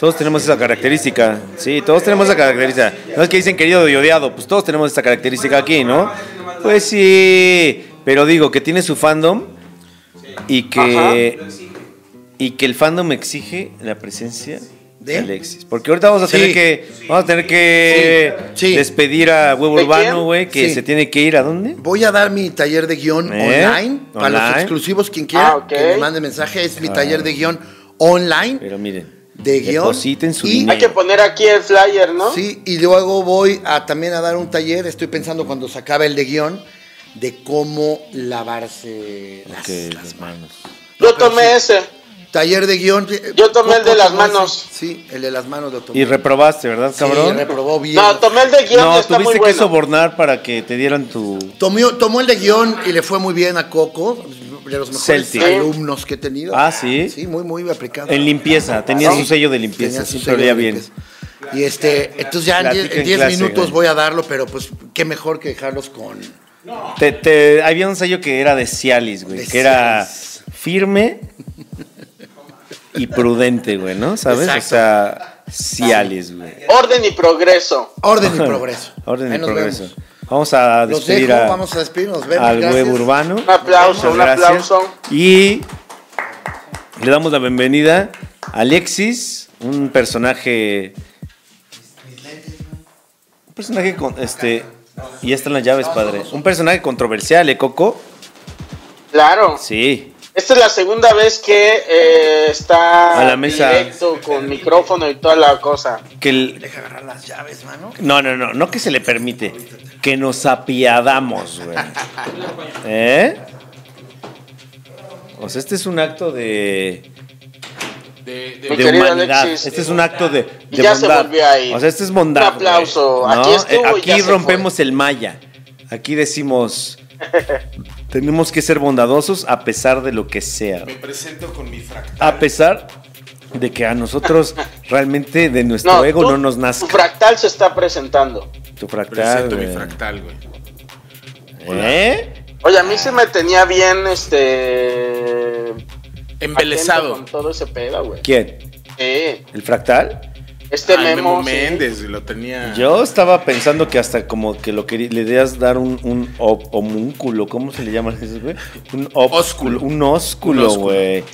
[SPEAKER 2] Todos tenemos esa característica. Sí, todos tenemos esa característica. No es que dicen querido y odiado, pues todos tenemos esta característica aquí, ¿no? Pues sí, pero digo que tiene su fandom y que y que el fandom exige la presencia de
[SPEAKER 1] ¿De?
[SPEAKER 2] Alexis, porque ahorita vamos a
[SPEAKER 1] Sí.
[SPEAKER 2] tener que vamos a tener que
[SPEAKER 1] Sí. Sí.
[SPEAKER 2] despedir a Huevo
[SPEAKER 3] ¿De
[SPEAKER 2] Urbano,
[SPEAKER 3] quién?
[SPEAKER 2] güey, que
[SPEAKER 1] Sí.
[SPEAKER 2] se tiene que ir a dónde?
[SPEAKER 1] Voy a dar mi taller de guión
[SPEAKER 2] ¿Eh?
[SPEAKER 1] online para
[SPEAKER 2] Online. Ah.
[SPEAKER 1] los exclusivos, quien quiera
[SPEAKER 3] Ah, ok.
[SPEAKER 1] que me mande mensaje. Es mi taller de guión online
[SPEAKER 2] Pero miren,
[SPEAKER 1] de guión.
[SPEAKER 2] depositen su
[SPEAKER 1] y-
[SPEAKER 2] dinero.
[SPEAKER 3] Hay que poner aquí el flyer, ¿no?
[SPEAKER 1] Sí, y luego voy a también a dar un taller. Estoy pensando cuando se acabe el de guión de cómo lavarse las,
[SPEAKER 2] Ok,
[SPEAKER 1] las
[SPEAKER 2] las manos.
[SPEAKER 3] Yo tomé ese.
[SPEAKER 1] Taller de guión. eh,
[SPEAKER 3] Yo tomé el de
[SPEAKER 1] Coco
[SPEAKER 3] las
[SPEAKER 1] tomó ese.
[SPEAKER 3] manos.
[SPEAKER 1] Sí, el de las manos lo tomé.
[SPEAKER 2] Y reprobaste, ¿verdad,
[SPEAKER 1] Sí,
[SPEAKER 2] cabrón?
[SPEAKER 1] reprobó bien.
[SPEAKER 3] No, tomé el de guión,
[SPEAKER 2] No,
[SPEAKER 3] está muy
[SPEAKER 2] tuviste que
[SPEAKER 3] bueno.
[SPEAKER 2] sobornar para que te dieran tu.
[SPEAKER 1] Tomó, tomó el de guión y le fue muy bien a Coco, de los mejores
[SPEAKER 2] Celtic.
[SPEAKER 1] alumnos que he tenido.
[SPEAKER 2] Ah, ¿sí?
[SPEAKER 1] Sí, muy, muy aplicado.
[SPEAKER 2] En limpieza, tenía
[SPEAKER 1] Ah, Sí.
[SPEAKER 2] su sello de
[SPEAKER 1] Tenía
[SPEAKER 2] limpieza,
[SPEAKER 1] su sello
[SPEAKER 2] sí, pero olía
[SPEAKER 1] de
[SPEAKER 2] bien.
[SPEAKER 1] limpieza. Y este, entonces ya en
[SPEAKER 2] Platica
[SPEAKER 1] die-
[SPEAKER 2] en
[SPEAKER 1] en 10
[SPEAKER 2] clase,
[SPEAKER 1] minutos
[SPEAKER 2] güey.
[SPEAKER 1] voy a darlo, pero pues qué mejor que dejarlos con...
[SPEAKER 2] Te, te- había un sello que era de Cialis, güey,
[SPEAKER 1] De
[SPEAKER 2] que era
[SPEAKER 1] Cialis.
[SPEAKER 2] firme y prudente, güey, ¿no? ¿Sabes?
[SPEAKER 1] Exacto.
[SPEAKER 2] O sea, Cialis, güey.
[SPEAKER 3] Orden y progreso.
[SPEAKER 1] Orden y progreso.
[SPEAKER 2] Orden y
[SPEAKER 1] Ahí nos
[SPEAKER 2] progreso.
[SPEAKER 1] vemos.
[SPEAKER 2] Vamos a
[SPEAKER 1] Los
[SPEAKER 2] despedir
[SPEAKER 1] dejo,
[SPEAKER 2] a-
[SPEAKER 1] vamos a despedirnos. Vemos,
[SPEAKER 2] al
[SPEAKER 1] gracias.
[SPEAKER 2] huevo urbano.
[SPEAKER 3] Un aplauso,
[SPEAKER 2] Muchas
[SPEAKER 3] un
[SPEAKER 2] gracias.
[SPEAKER 3] aplauso.
[SPEAKER 2] Y le damos la bienvenida a Alexis, un personaje. Un personaje con. Este, y ya están las llaves, padre. Un personaje controversial, ¿eh, Coco?
[SPEAKER 3] Claro.
[SPEAKER 2] Sí.
[SPEAKER 3] Esta es la segunda vez que eh, está
[SPEAKER 2] A la mesa.
[SPEAKER 3] directo con micrófono y toda la cosa.
[SPEAKER 2] Que el-
[SPEAKER 1] Deja agarrar las llaves, mano.
[SPEAKER 2] no, no, no, no que se le permite. Que nos apiadamos, güey. ¿Eh? O sea, este es un acto de.
[SPEAKER 4] De,
[SPEAKER 3] Mi
[SPEAKER 2] de
[SPEAKER 3] querido
[SPEAKER 2] humanidad.
[SPEAKER 3] Alexis.
[SPEAKER 2] Este es un acto de,
[SPEAKER 3] Y
[SPEAKER 2] de
[SPEAKER 3] ya se
[SPEAKER 2] bondad.
[SPEAKER 3] volvió ahí.
[SPEAKER 2] O sea, este es bondad.
[SPEAKER 3] Un aplauso.
[SPEAKER 2] güey,
[SPEAKER 3] Aquí estuvo y
[SPEAKER 2] Eh, Aquí
[SPEAKER 3] ya se fue.
[SPEAKER 2] rompemos el maya. Aquí decimos, tenemos que ser bondadosos a pesar de lo que sea.
[SPEAKER 6] Me presento con mi fractal.
[SPEAKER 2] A pesar de que a nosotros realmente de nuestro ego
[SPEAKER 3] tú-
[SPEAKER 2] no nos
[SPEAKER 3] tu
[SPEAKER 2] nazca.
[SPEAKER 3] fractal se está presentando.
[SPEAKER 2] Tu fractal.
[SPEAKER 6] Presento mi
[SPEAKER 2] güey.
[SPEAKER 6] fractal, güey.
[SPEAKER 2] ¿Eh?
[SPEAKER 3] Oye, a mí se me tenía bien, este... atento
[SPEAKER 6] Embelesado.
[SPEAKER 3] Con todo ese pedo, güey.
[SPEAKER 2] ¿Quién?
[SPEAKER 3] Sí.
[SPEAKER 2] ¿El fractal?
[SPEAKER 3] Este
[SPEAKER 6] Ay,
[SPEAKER 3] Memo,
[SPEAKER 6] Memo
[SPEAKER 3] sí.
[SPEAKER 6] Méndez, lo tenía.
[SPEAKER 2] Yo estaba pensando que hasta como que lo quería, le debías dar un, un op- homúnculo, ¿cómo se le llaman esos, güey? Un op-
[SPEAKER 6] Ósculo.
[SPEAKER 2] Un ósculo,
[SPEAKER 6] Un ósculo.
[SPEAKER 2] güey.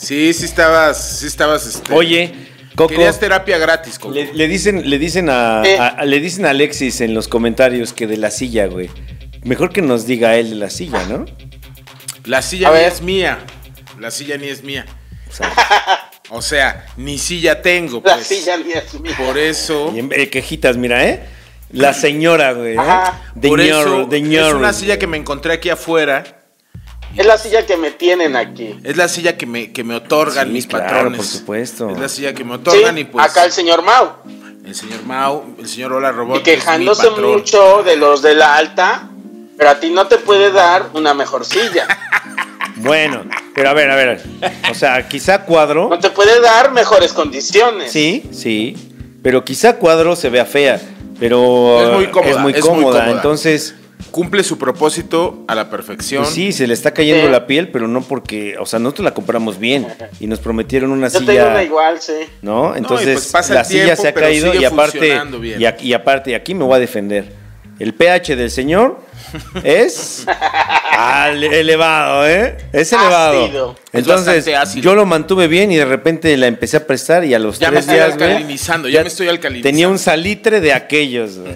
[SPEAKER 6] Sí, sí estabas, sí estabas, este,
[SPEAKER 2] Oye, Coco,
[SPEAKER 6] Querías terapia gratis, Coco.
[SPEAKER 2] le, le dicen, le dicen a,
[SPEAKER 3] Eh.
[SPEAKER 2] a- le dicen a Alexis en los comentarios que de la silla, güey. Mejor que nos diga él de la silla, ¿no?
[SPEAKER 6] La silla
[SPEAKER 3] A
[SPEAKER 6] ni
[SPEAKER 3] ver.
[SPEAKER 6] es mía. La silla ni es mía.
[SPEAKER 2] O sea,
[SPEAKER 6] O sea, ni silla tengo,
[SPEAKER 3] La
[SPEAKER 6] pues.
[SPEAKER 3] silla ni es mía.
[SPEAKER 6] Por eso.
[SPEAKER 2] y en- eh, quejitas, mira, ¿eh? La señora, güey. ¿eh?
[SPEAKER 3] Ajá.
[SPEAKER 2] De
[SPEAKER 6] por
[SPEAKER 2] ñorro,
[SPEAKER 6] eso
[SPEAKER 2] de
[SPEAKER 6] es
[SPEAKER 2] ñorro,
[SPEAKER 6] una silla
[SPEAKER 2] güey.
[SPEAKER 6] que me encontré aquí afuera.
[SPEAKER 3] Es la silla que me tienen aquí.
[SPEAKER 6] Es la silla que me, que me otorgan
[SPEAKER 2] Sí,
[SPEAKER 6] mis
[SPEAKER 2] claro,
[SPEAKER 6] patrones.
[SPEAKER 2] por supuesto.
[SPEAKER 6] Es la silla que me
[SPEAKER 3] Sí,
[SPEAKER 6] otorgan y pues.
[SPEAKER 3] acá el señor Mau.
[SPEAKER 6] El señor Mau, el señor Hola Robot.
[SPEAKER 3] y
[SPEAKER 6] es mi
[SPEAKER 3] quejándose
[SPEAKER 6] patrón.
[SPEAKER 3] mucho de los de la alta, pero a ti no te puede dar una mejor silla.
[SPEAKER 2] Bueno, pero a ver, a ver. O sea, quizá cuadro.
[SPEAKER 3] No te puede dar mejores condiciones.
[SPEAKER 2] Sí, sí. Pero quizá cuadro se vea fea. Pero
[SPEAKER 6] Es muy cómoda,
[SPEAKER 2] es muy
[SPEAKER 6] es muy
[SPEAKER 2] cómoda,
[SPEAKER 6] cómoda.
[SPEAKER 2] Entonces,
[SPEAKER 6] Cumple su propósito a la perfección.
[SPEAKER 2] pues sí, se le está cayendo
[SPEAKER 3] Sí.
[SPEAKER 2] la piel, pero no porque, o sea, nosotros la compramos bien y nos prometieron una
[SPEAKER 3] Yo
[SPEAKER 2] silla.
[SPEAKER 3] tengo una igual, sí.
[SPEAKER 2] ¿No? Entonces
[SPEAKER 6] pues pasa el
[SPEAKER 2] la silla
[SPEAKER 6] tiempo,
[SPEAKER 2] se ha
[SPEAKER 6] pero
[SPEAKER 2] caído
[SPEAKER 6] sigue
[SPEAKER 2] y aparte,
[SPEAKER 6] funcionando bien.
[SPEAKER 2] y, a- y aparte, y aquí me voy a defender. El pH del señor es al- elevado, ¿eh? Es elevado.
[SPEAKER 3] Ácido.
[SPEAKER 6] Es
[SPEAKER 2] Entonces,
[SPEAKER 6] bastante ácido.
[SPEAKER 2] yo lo mantuve bien y de repente la empecé a prestar y a los
[SPEAKER 6] Ya me
[SPEAKER 2] tres
[SPEAKER 6] estoy
[SPEAKER 2] días, güey,
[SPEAKER 6] alcalinizando, ya me estoy alcalinizando.
[SPEAKER 2] Tenía un salitre de aquellos, güey.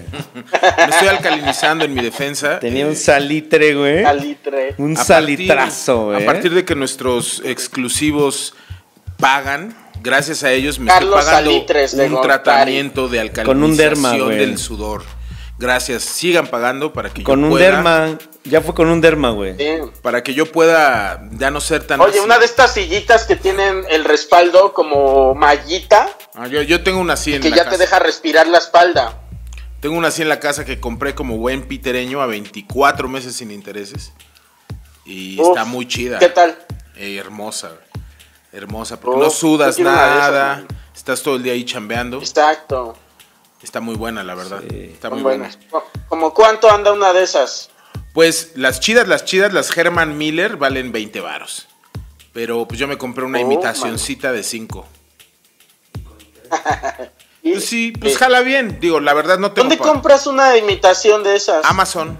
[SPEAKER 6] Me estoy alcalinizando en mi defensa. Eh,
[SPEAKER 2] Tenía un salitre, güey.
[SPEAKER 3] Salitre.
[SPEAKER 2] Un
[SPEAKER 6] A partir-
[SPEAKER 2] salitrazo, ¿eh? güey.
[SPEAKER 6] A partir de que nuestros exclusivos pagan. Gracias a ellos me
[SPEAKER 3] Carlos
[SPEAKER 6] estoy pagando
[SPEAKER 3] Salitres de
[SPEAKER 6] un
[SPEAKER 3] Gortari.
[SPEAKER 6] tratamiento de alcalinización
[SPEAKER 2] Con un derma, güey.
[SPEAKER 6] del sudor. Gracias. Sigan pagando para que
[SPEAKER 2] Con
[SPEAKER 6] yo
[SPEAKER 2] un
[SPEAKER 6] pueda,
[SPEAKER 2] derma. Ya fue con un derma, güey.
[SPEAKER 3] Sí.
[SPEAKER 6] para que yo pueda ya no ser tan
[SPEAKER 3] Oye,
[SPEAKER 6] así.
[SPEAKER 3] una de estas sillitas que tienen el respaldo como mallita,
[SPEAKER 6] Ah, yo, yo tengo una así en
[SPEAKER 3] que
[SPEAKER 6] la
[SPEAKER 3] ya
[SPEAKER 6] casa.
[SPEAKER 3] te deja respirar la espalda.
[SPEAKER 6] Tengo una así en la casa que compré como buen pitereño a 24 meses sin intereses. Y
[SPEAKER 3] Uf,
[SPEAKER 6] está muy chida.
[SPEAKER 3] ¿Qué tal?
[SPEAKER 6] Eh, hermosa. güey. Hermosa, porque
[SPEAKER 3] Uf,
[SPEAKER 6] no
[SPEAKER 3] Oh, yo
[SPEAKER 6] sudas
[SPEAKER 3] quiero una de esas,
[SPEAKER 6] nada.
[SPEAKER 3] güey.
[SPEAKER 6] Estás todo el día ahí chambeando.
[SPEAKER 3] Exacto.
[SPEAKER 6] Está muy buena, la verdad. Está muy
[SPEAKER 3] Son
[SPEAKER 6] buena.
[SPEAKER 3] buenas. ¿Como cuánto anda una de esas?
[SPEAKER 6] Pues las chidas, las chidas, las Herman Miller valen 20 varos. Pero pues yo me compré una
[SPEAKER 3] Oh,
[SPEAKER 6] imitacioncita de 5.
[SPEAKER 3] Y-
[SPEAKER 6] Pues sí, pues
[SPEAKER 3] eh,
[SPEAKER 6] jala bien. Digo, la verdad no tengo
[SPEAKER 3] ¿Dónde
[SPEAKER 6] pa-
[SPEAKER 3] compras una imitación de esas?
[SPEAKER 6] Amazon.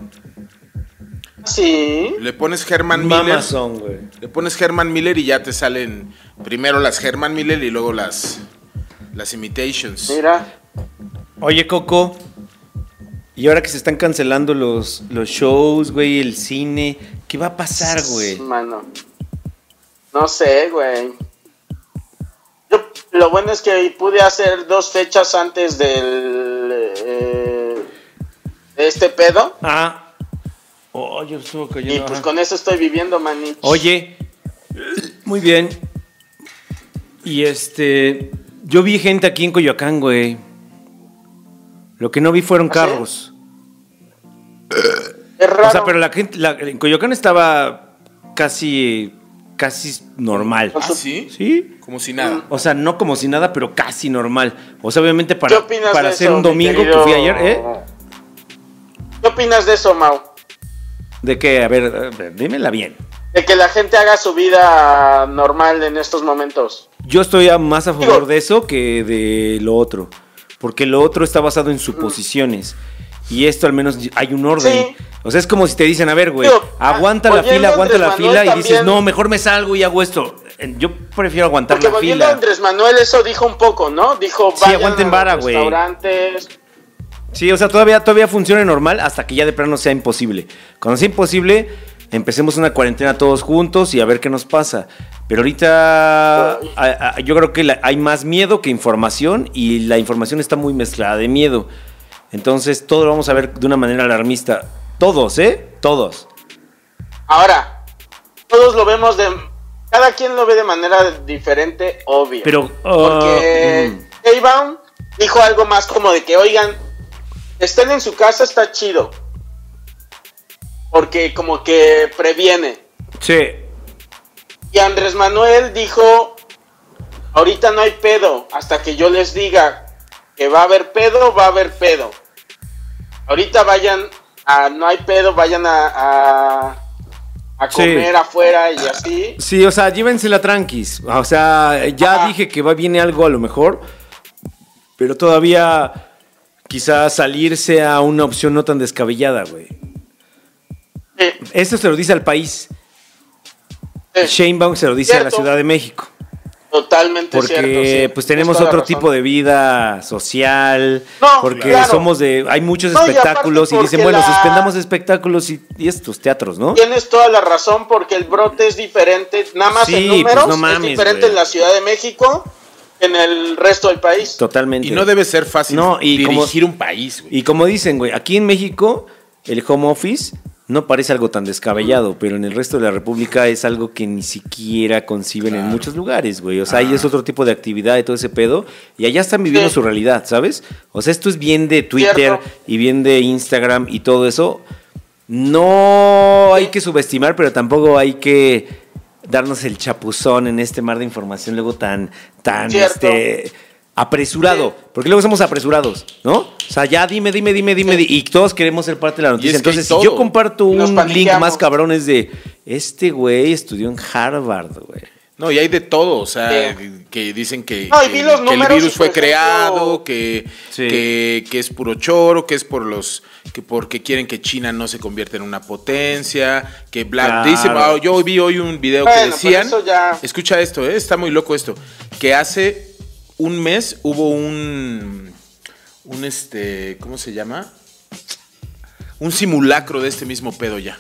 [SPEAKER 3] Sí.
[SPEAKER 6] Le pones Herman Miller.
[SPEAKER 2] Mamazón, güey.
[SPEAKER 6] Le pones Herman Miller y ya te salen primero las Herman Miller y luego las las imitations.
[SPEAKER 3] Mira.
[SPEAKER 2] Oye, Coco. Y ahora que se están cancelando los, los shows, güey, el cine, ¿qué va a pasar, güey?
[SPEAKER 3] Mano. No sé, güey. Yo- Lo bueno es que pude hacer dos fechas antes del. eh, de este pedo.
[SPEAKER 2] Ah. Oye, Oh, estuvo cayendo.
[SPEAKER 3] Y pues
[SPEAKER 2] ajá.
[SPEAKER 3] con eso estoy viviendo, manich.
[SPEAKER 2] Oye, muy bien. Y este, yo vi gente aquí en Coyoacán, güey. Lo que no vi fueron
[SPEAKER 3] ¿Ah, sí?
[SPEAKER 2] carros.
[SPEAKER 3] Es raro.
[SPEAKER 2] O sea, pero la gente, la- en Coyoacán estaba casi, casi normal.
[SPEAKER 6] ¿Ah,
[SPEAKER 3] pues,
[SPEAKER 6] sí?
[SPEAKER 2] ¿Sí?
[SPEAKER 6] Como si nada.
[SPEAKER 2] O sea, no como si nada, pero casi normal. O sea, obviamente
[SPEAKER 3] ¿Qué
[SPEAKER 2] para,
[SPEAKER 3] opinas
[SPEAKER 2] para
[SPEAKER 3] de
[SPEAKER 2] ser
[SPEAKER 3] eso,
[SPEAKER 2] un
[SPEAKER 3] mi
[SPEAKER 2] domingo que
[SPEAKER 3] querido-
[SPEAKER 2] fui ayer, ¿eh?
[SPEAKER 3] ¿Qué opinas de eso, Mau?
[SPEAKER 2] De que, a ver, a ver, dímela bien.
[SPEAKER 3] De que la gente haga su vida normal en estos momentos.
[SPEAKER 2] Yo estoy a- más a favor
[SPEAKER 3] Digo-
[SPEAKER 2] de eso que de lo otro. Porque lo otro está basado en suposiciones. Y esto al menos hay un orden.
[SPEAKER 3] Sí.
[SPEAKER 2] O sea, es como si te dicen, a ver, güey,
[SPEAKER 3] Digo,
[SPEAKER 2] aguanta
[SPEAKER 3] ah,
[SPEAKER 2] la
[SPEAKER 3] volviendo
[SPEAKER 2] fila,
[SPEAKER 3] a
[SPEAKER 2] aguanta la
[SPEAKER 3] Andrés
[SPEAKER 2] fila.
[SPEAKER 3] Manuel
[SPEAKER 2] Y dices,
[SPEAKER 3] también.
[SPEAKER 2] no, mejor me salgo y hago esto. Eh, Yo prefiero aguantar
[SPEAKER 3] Porque
[SPEAKER 2] la
[SPEAKER 3] volviendo a
[SPEAKER 2] fila.
[SPEAKER 3] Andrés Manuel, eso dijo un poco, ¿no? Dijo,
[SPEAKER 2] Sí,
[SPEAKER 3] vayan
[SPEAKER 2] aguanten
[SPEAKER 3] a
[SPEAKER 2] vara,
[SPEAKER 3] los
[SPEAKER 2] güey.
[SPEAKER 3] restaurantes.
[SPEAKER 2] Sí, o sea, todavía, todavía funciona normal hasta que ya de plano sea imposible. Cuando sea imposible, empecemos una cuarentena todos juntos y a ver qué nos pasa. Pero ahorita a- a- yo creo que la- hay más miedo que información y la información está muy mezclada de miedo. Entonces, todo lo vamos a ver de una manera alarmista. Todos, ¿eh? Todos.
[SPEAKER 3] Ahora, todos lo vemos de... Cada quien lo ve de manera diferente, obvio.
[SPEAKER 2] Pero, uh,
[SPEAKER 3] Porque
[SPEAKER 2] mm.
[SPEAKER 3] Sheinbaum dijo algo más como de que, oigan, estén en su casa, está chido. Porque como que previene.
[SPEAKER 2] Sí.
[SPEAKER 3] Y Andrés Manuel dijo, ahorita no hay pedo, hasta que yo les diga que va a haber pedo, va a haber pedo. Ahorita vayan a, no hay pedo, vayan a, a, a
[SPEAKER 2] Sí.
[SPEAKER 3] comer afuera y así.
[SPEAKER 2] Sí, o sea, llévensela tranquis. O sea, ya
[SPEAKER 3] Ajá.
[SPEAKER 2] dije que va, viene algo a lo mejor, pero todavía quizás salir sea una opción no tan descabellada, güey.
[SPEAKER 3] Sí,
[SPEAKER 2] Esto se lo dice al país.
[SPEAKER 3] sí,
[SPEAKER 2] Shanebaum se lo dice a la
[SPEAKER 3] Cierto.
[SPEAKER 2] Ciudad de México.
[SPEAKER 3] totalmente
[SPEAKER 2] Porque
[SPEAKER 3] cierto. sí,
[SPEAKER 2] pues
[SPEAKER 3] tienes
[SPEAKER 2] tenemos
[SPEAKER 3] toda la
[SPEAKER 2] otro
[SPEAKER 3] razón.
[SPEAKER 2] tipo de vida social.
[SPEAKER 3] No,
[SPEAKER 2] porque
[SPEAKER 3] claro.
[SPEAKER 2] somos de. Hay muchos
[SPEAKER 3] No, y aparte
[SPEAKER 2] espectáculos y, dicen,
[SPEAKER 3] porque
[SPEAKER 2] bueno,
[SPEAKER 3] la-
[SPEAKER 2] suspendamos espectáculos y, y estos teatros, ¿no?
[SPEAKER 3] Tienes toda la razón porque el brote es diferente, nada más
[SPEAKER 2] Sí,
[SPEAKER 3] en
[SPEAKER 2] pues,
[SPEAKER 3] números,
[SPEAKER 2] no mames,
[SPEAKER 3] es diferente
[SPEAKER 2] güey.
[SPEAKER 3] en la Ciudad de México que en el resto del país.
[SPEAKER 2] Totalmente.
[SPEAKER 6] Y no debe ser fácil
[SPEAKER 2] No, y como-
[SPEAKER 6] dirigir un país, güey.
[SPEAKER 2] Y como dicen, güey, aquí en México el home office no parece algo tan descabellado, pero en el resto de la República es algo que ni siquiera conciben en muchos lugares, güey. O sea, ahí es otro tipo de actividad y todo ese pedo, y allá están viviendo
[SPEAKER 3] Sí.
[SPEAKER 2] su realidad, ¿sabes? O sea, esto es bien de Twitter
[SPEAKER 3] Cierto.
[SPEAKER 2] y bien de Instagram y todo eso. No hay que subestimar, pero tampoco hay que darnos el chapuzón en este mar de información luego tan, tan,
[SPEAKER 3] Cierto.
[SPEAKER 2] este, apresurado.
[SPEAKER 3] Sí.
[SPEAKER 2] Porque luego somos apresurados, ¿no? O sea, ya dime, dime, dime, dime. di- Y todos queremos ser parte de la
[SPEAKER 6] Y
[SPEAKER 2] noticia.
[SPEAKER 6] es que hay
[SPEAKER 2] Entonces, si yo
[SPEAKER 6] todo.
[SPEAKER 2] comparto
[SPEAKER 3] Nos
[SPEAKER 2] un link
[SPEAKER 3] paniqueamos.
[SPEAKER 2] más cabrón es de, este güey estudió en Harvard, güey.
[SPEAKER 6] No, y hay de todo, o sea,
[SPEAKER 3] Sí.
[SPEAKER 6] que dicen que,
[SPEAKER 3] No, y
[SPEAKER 6] que-
[SPEAKER 3] vi los
[SPEAKER 6] que el
[SPEAKER 3] números
[SPEAKER 6] virus
[SPEAKER 3] y,
[SPEAKER 6] fue
[SPEAKER 3] por ejemplo-
[SPEAKER 6] creado, que,
[SPEAKER 2] Sí.
[SPEAKER 6] que, que es puro choro, que es por los que porque quieren que China no se convierta en una potencia, que bla
[SPEAKER 2] Claro.
[SPEAKER 6] dice, ah, yo vi hoy un video
[SPEAKER 3] Bueno,
[SPEAKER 6] que
[SPEAKER 3] pero
[SPEAKER 6] decían,
[SPEAKER 3] eso ya-
[SPEAKER 6] escucha esto, eh, está muy loco esto, que hace un mes hubo un un este, ¿cómo se llama? Un simulacro de este mismo pedo ya.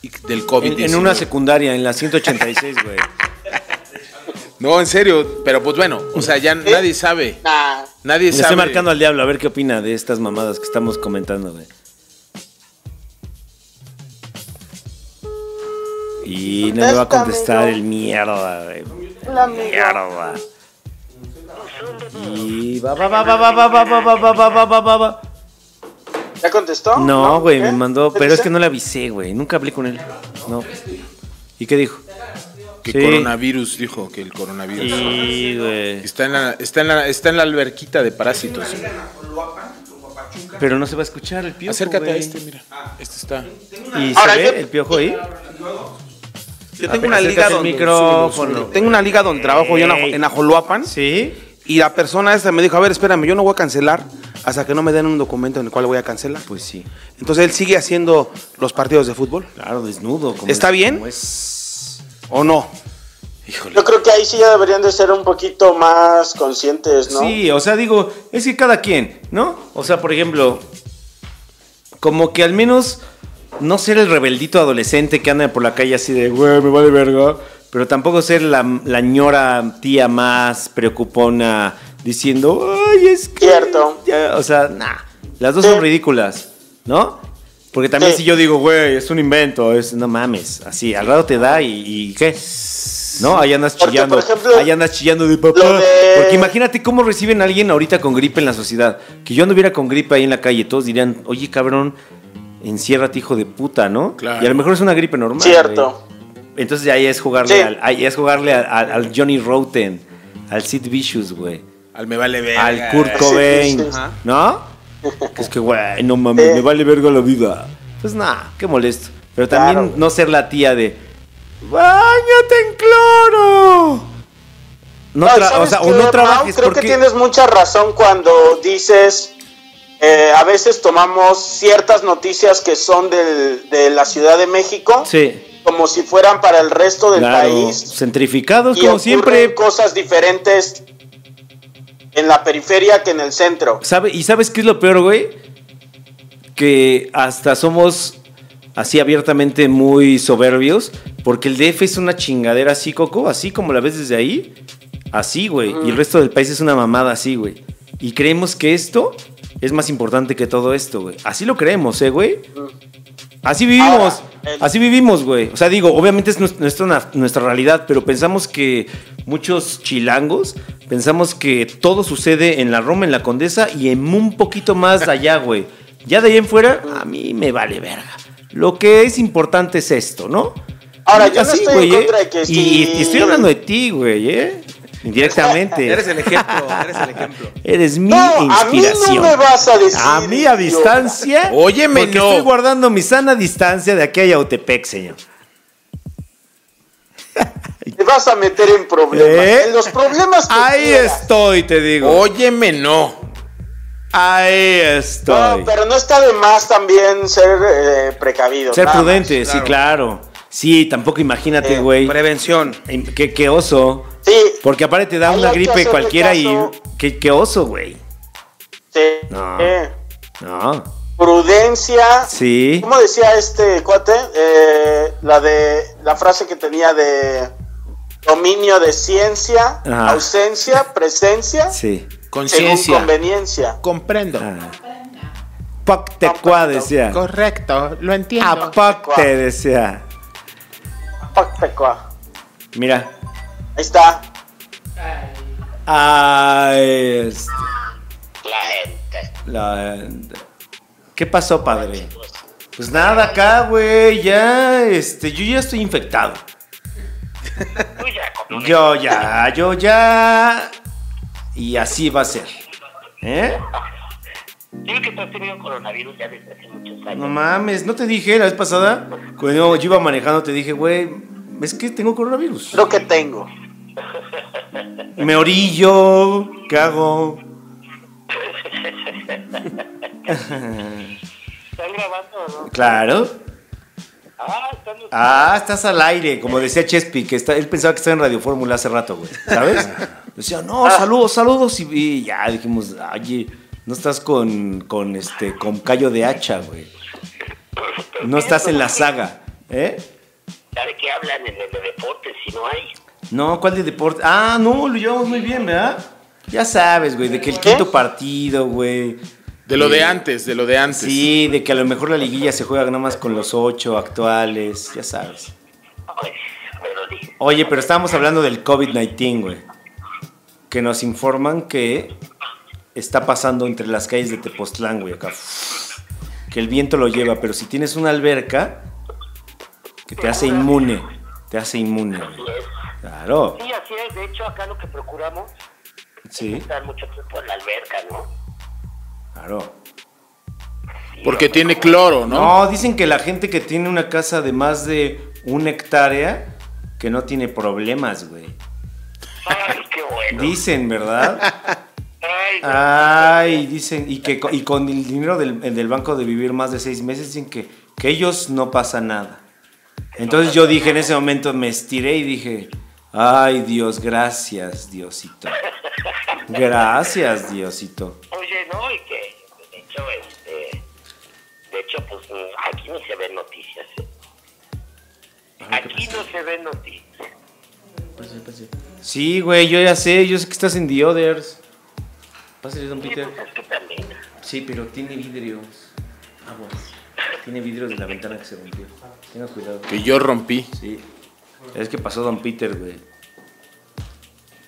[SPEAKER 6] y- Del COVID.
[SPEAKER 2] En, en una secundaria, en la 186, güey.
[SPEAKER 6] No, en serio, pero pues bueno, o sea, ya nadie sabe.
[SPEAKER 3] Nah.
[SPEAKER 6] Nadie
[SPEAKER 2] Le
[SPEAKER 6] sabe.
[SPEAKER 2] estoy marcando al diablo a ver qué opina de estas mamadas que estamos comentando, güey. Y no me va a contestar el mierda, güey. Mierda. Y va, va, va, va, va, va, va, va, va, va, va, va, va, va, va.
[SPEAKER 3] ¿Ya contestó?
[SPEAKER 2] No, güey,
[SPEAKER 3] ¿Eh?
[SPEAKER 2] me mandó,
[SPEAKER 3] ¿Qué
[SPEAKER 2] pero es
[SPEAKER 3] dice?
[SPEAKER 2] que no le avisé, güey. Nunca hablé con él. No. ¿Y qué dijo?
[SPEAKER 6] Que
[SPEAKER 2] Sí.
[SPEAKER 6] coronavirus, dijo que el coronavirus.
[SPEAKER 2] Y, güey.
[SPEAKER 6] Está, en la, está, en la, está en la alberquita de parásitos.
[SPEAKER 2] Pero no se va a escuchar el piojo.
[SPEAKER 6] Acércate a
[SPEAKER 2] güey.
[SPEAKER 6] este, mira. Este está.
[SPEAKER 2] ¿Y
[SPEAKER 3] Ahora,
[SPEAKER 2] se
[SPEAKER 3] yo-
[SPEAKER 2] ve el piojo ahí?
[SPEAKER 7] Yo
[SPEAKER 2] A
[SPEAKER 7] tengo
[SPEAKER 2] ver,
[SPEAKER 7] una liga
[SPEAKER 2] acércate al
[SPEAKER 7] donde.
[SPEAKER 2] micrófono.
[SPEAKER 7] sube, sube. Tengo una liga donde trabajo yo en Ajo-
[SPEAKER 2] Ey.
[SPEAKER 7] en Ajoloapan.
[SPEAKER 2] Sí.
[SPEAKER 7] Y la persona esta me dijo, a ver, espérame, yo no voy a cancelar hasta que no me den un documento en el cual voy a cancelar.
[SPEAKER 2] Pues sí.
[SPEAKER 7] Entonces él sigue haciendo los partidos de fútbol.
[SPEAKER 2] Claro, desnudo. como-
[SPEAKER 7] ¿Está bien?
[SPEAKER 2] como es.
[SPEAKER 7] ¿O no?
[SPEAKER 3] Yo creo que ahí sí ya deberían de ser un poquito más conscientes, ¿no?
[SPEAKER 2] Sí, o sea, digo, es que cada quien, ¿no? O sea, por ejemplo, como que al menos no ser el rebeldito adolescente que anda por la calle así de, güey, me vale verga. Pero tampoco ser la, la ñora tía más preocupona diciendo, ay, es que.
[SPEAKER 3] Cierto.
[SPEAKER 2] ya", o sea, nah. Las dos
[SPEAKER 3] Sí.
[SPEAKER 2] son ridículas, ¿no? Porque también
[SPEAKER 3] Sí.
[SPEAKER 2] si yo digo, güey, es un invento, es no mames, así, al rato te da y, y ¿qué? No, ahí andas
[SPEAKER 3] Porque,
[SPEAKER 2] chillando,
[SPEAKER 3] por ejemplo,
[SPEAKER 2] ahí andas chillando de papá.
[SPEAKER 3] lo de-
[SPEAKER 2] Porque imagínate cómo reciben a alguien ahorita con gripe en la sociedad. Que yo anduviera con gripe ahí en la calle, todos dirían, oye cabrón, enciérrate hijo de puta, ¿no?
[SPEAKER 6] Claro.
[SPEAKER 2] Y a lo mejor es una gripe normal.
[SPEAKER 3] Cierto.
[SPEAKER 2] güey. Entonces ahí es jugarle,
[SPEAKER 3] Sí.
[SPEAKER 2] al, ahí es jugarle al, al- al Johnny Roten, al Sid Vicious, güey.
[SPEAKER 6] Al me vale ver.
[SPEAKER 2] Al Kurt Cobain,
[SPEAKER 3] sí, sí.
[SPEAKER 2] ¿no? Que es que, güey, no mames,
[SPEAKER 3] Sí.
[SPEAKER 2] me vale verga la vida. Pues nada, qué molesto. Pero también
[SPEAKER 3] Claro.
[SPEAKER 2] no ser la tía de, ¡Báñate en cloro! No,
[SPEAKER 3] No, y
[SPEAKER 2] tra- o
[SPEAKER 3] ¿sabes
[SPEAKER 2] sea, o
[SPEAKER 3] qué,
[SPEAKER 2] no
[SPEAKER 3] Mau?
[SPEAKER 2] trabajes
[SPEAKER 3] Creo
[SPEAKER 2] porque...
[SPEAKER 3] que tienes mucha razón cuando dices, eh, a veces tomamos ciertas noticias que son del- de la Ciudad de México
[SPEAKER 2] Sí,
[SPEAKER 3] como si fueran para el resto del
[SPEAKER 2] claro,
[SPEAKER 3] país.
[SPEAKER 2] centrificados
[SPEAKER 3] y
[SPEAKER 2] como
[SPEAKER 3] ocurren
[SPEAKER 2] siempre.
[SPEAKER 3] cosas diferentes en la periferia que en el centro.
[SPEAKER 2] ¿Sabe- ¿Y sabes qué es lo peor, güey? Que hasta somos así abiertamente muy soberbios, porque el DF es una chingadera así, Coco, así como la ves desde ahí, así, güey. Y el resto del país es una mamada así, güey. Y creemos que esto es más importante que todo esto, güey. Así lo creemos, ¿eh, güey? Así vivimos.
[SPEAKER 3] Ahora, el-
[SPEAKER 2] Así vivimos, güey. O sea, digo, obviamente es nues- nuestra, na- nuestra realidad, pero pensamos que muchos chilangos pensamos que todo sucede en la Roma, en la Condesa y en un poquito más allá, güey. Ya de ahí en fuera, a mí me vale verga. Lo que es importante es esto, ¿no?
[SPEAKER 3] Ahora,
[SPEAKER 2] Y
[SPEAKER 3] yo no estoy en
[SPEAKER 2] güey, ¿eh?
[SPEAKER 3] contra de que
[SPEAKER 2] Y,
[SPEAKER 3] si-
[SPEAKER 2] y estoy hablando de ti, güey, ¿eh? Indirectamente.
[SPEAKER 7] Eres el ejemplo, eres el ejemplo.
[SPEAKER 2] Eres mi
[SPEAKER 3] No, a mí no
[SPEAKER 2] inspiración.
[SPEAKER 3] me vas a decir,
[SPEAKER 2] A mí a
[SPEAKER 3] idiota.
[SPEAKER 2] distancia.
[SPEAKER 6] Óyeme,
[SPEAKER 2] porque
[SPEAKER 6] no.
[SPEAKER 2] estoy guardando mi sana distancia de aquí a Yautepec, señor.
[SPEAKER 3] Te vas a meter en problemas.
[SPEAKER 2] ¿Eh?
[SPEAKER 3] En los problemas que
[SPEAKER 2] Ahí
[SPEAKER 3] quieras.
[SPEAKER 2] estoy, te digo.
[SPEAKER 6] Óyeme, no.
[SPEAKER 2] Ahí estoy.
[SPEAKER 3] No, pero no está de más también ser eh, precavido.
[SPEAKER 2] Ser
[SPEAKER 3] nada más.
[SPEAKER 2] prudente, sí, claro. Sí, tampoco imagínate,
[SPEAKER 3] Eh,
[SPEAKER 2] güey.
[SPEAKER 7] Prevención.
[SPEAKER 2] Em, Qué, qué oso.
[SPEAKER 3] Sí,
[SPEAKER 2] Porque aparte te da
[SPEAKER 3] Ahí
[SPEAKER 2] una
[SPEAKER 3] hay que
[SPEAKER 2] gripe
[SPEAKER 3] hacerle
[SPEAKER 2] cualquiera y.
[SPEAKER 3] caso.
[SPEAKER 2] Qué, qué oso, güey.
[SPEAKER 3] sí.
[SPEAKER 2] No.
[SPEAKER 3] eh,
[SPEAKER 2] No.
[SPEAKER 3] Prudencia.
[SPEAKER 2] Sí.
[SPEAKER 3] ¿Cómo decía este cuate? Eh, la de la frase que tenía de dominio de ciencia,
[SPEAKER 2] Ajá.
[SPEAKER 3] ausencia, presencia,
[SPEAKER 2] Sí.
[SPEAKER 3] según
[SPEAKER 6] Conciencia.
[SPEAKER 3] conveniencia.
[SPEAKER 6] Comprendo.
[SPEAKER 2] Ah. Pac te cua, decía.
[SPEAKER 6] Correcto, lo
[SPEAKER 2] A Pac te decía.
[SPEAKER 3] Pactecua.
[SPEAKER 2] Mira.
[SPEAKER 3] Ahí está.
[SPEAKER 2] Ahí está. La gente. ¿Qué pasó, padre? Pues nada acá, güey. Ya, este, yo ya estoy infectado. Yo ya, yo ya. Y así va a ser. ¿Eh?
[SPEAKER 8] Yo que tú has tenido coronavirus ya desde hace muchos años.
[SPEAKER 2] No mames, ¿no te dije la vez pasada? Cuando yo iba manejando te dije, güey, es que tengo coronavirus.
[SPEAKER 3] Creo que tengo.
[SPEAKER 2] Me orillo, ¿qué hago?
[SPEAKER 8] ¿Están grabando o no?
[SPEAKER 2] Claro.
[SPEAKER 8] Ah, están los...
[SPEAKER 2] Ah, estás al aire, como decía Chespi, que está, él pensaba que estaba en Radio Fórmula hace rato, güey, ¿sabes? Decía, no, saludos, saludos, y, y ya dijimos, oye, no estás con, con, este, con callo de hacha, güey. No estás en la saga, ¿eh?
[SPEAKER 8] ¿De qué hablan en el de deporte si no hay?
[SPEAKER 2] No, ¿cuál de deporte? Ah, no, lo llevamos muy bien, ¿verdad? Ya sabes, güey, de que el
[SPEAKER 8] ¿Eh?
[SPEAKER 2] quinto partido, güey.
[SPEAKER 6] De lo de
[SPEAKER 2] Eh,
[SPEAKER 6] antes, de lo de antes.
[SPEAKER 2] Sí, de que a lo mejor la liguilla se juega nada más con los ocho actuales, ya sabes.
[SPEAKER 8] Pues, me lo dije.
[SPEAKER 2] Oye, pero estábamos hablando del COVID-19, güey. Que nos informan que está pasando entre las calles de Tepoztlán, güey, acá. Que el viento lo lleva, pero si tienes una alberca, que te hace inmune. Te hace inmune, güey. Claro,
[SPEAKER 8] Sí, así es. De hecho, acá lo que procuramos
[SPEAKER 2] sí,
[SPEAKER 8] es dar mucho tiempo en la alberca, ¿no?
[SPEAKER 2] claro.
[SPEAKER 6] Porque tiene cloro, ¿no?
[SPEAKER 2] No, dicen que la gente que tiene una casa de más de una hectárea, que no tiene problemas, güey.
[SPEAKER 8] Ay, pues qué bueno.
[SPEAKER 2] Dicen, ¿verdad?
[SPEAKER 8] Ay, pues,
[SPEAKER 2] Ay, dicen, y que co- y con el dinero del, el del banco de vivir más de seis meses, dicen que, que ellos no pasa nada. Entonces yo dije en ese momento, me estiré y dije, ay Dios, gracias Diosito. Gracias Diosito.
[SPEAKER 8] Oye, no, y que de hecho, este, de hecho, pues aquí no se ven noticias. ¿eh? Aquí no se ven noticias.
[SPEAKER 2] Sí, güey, yo ya sé, yo sé que estás en The Others. Pásale, don
[SPEAKER 8] Sí,
[SPEAKER 2] Peter.
[SPEAKER 8] pues es que también.
[SPEAKER 2] Sí, pero tiene vidrios. Aguas. Tiene vidrios de la ventana que se rompió. Tenga cuidado.
[SPEAKER 6] Que yo rompí.
[SPEAKER 2] Sí. Es que pasó Don Peter, güey.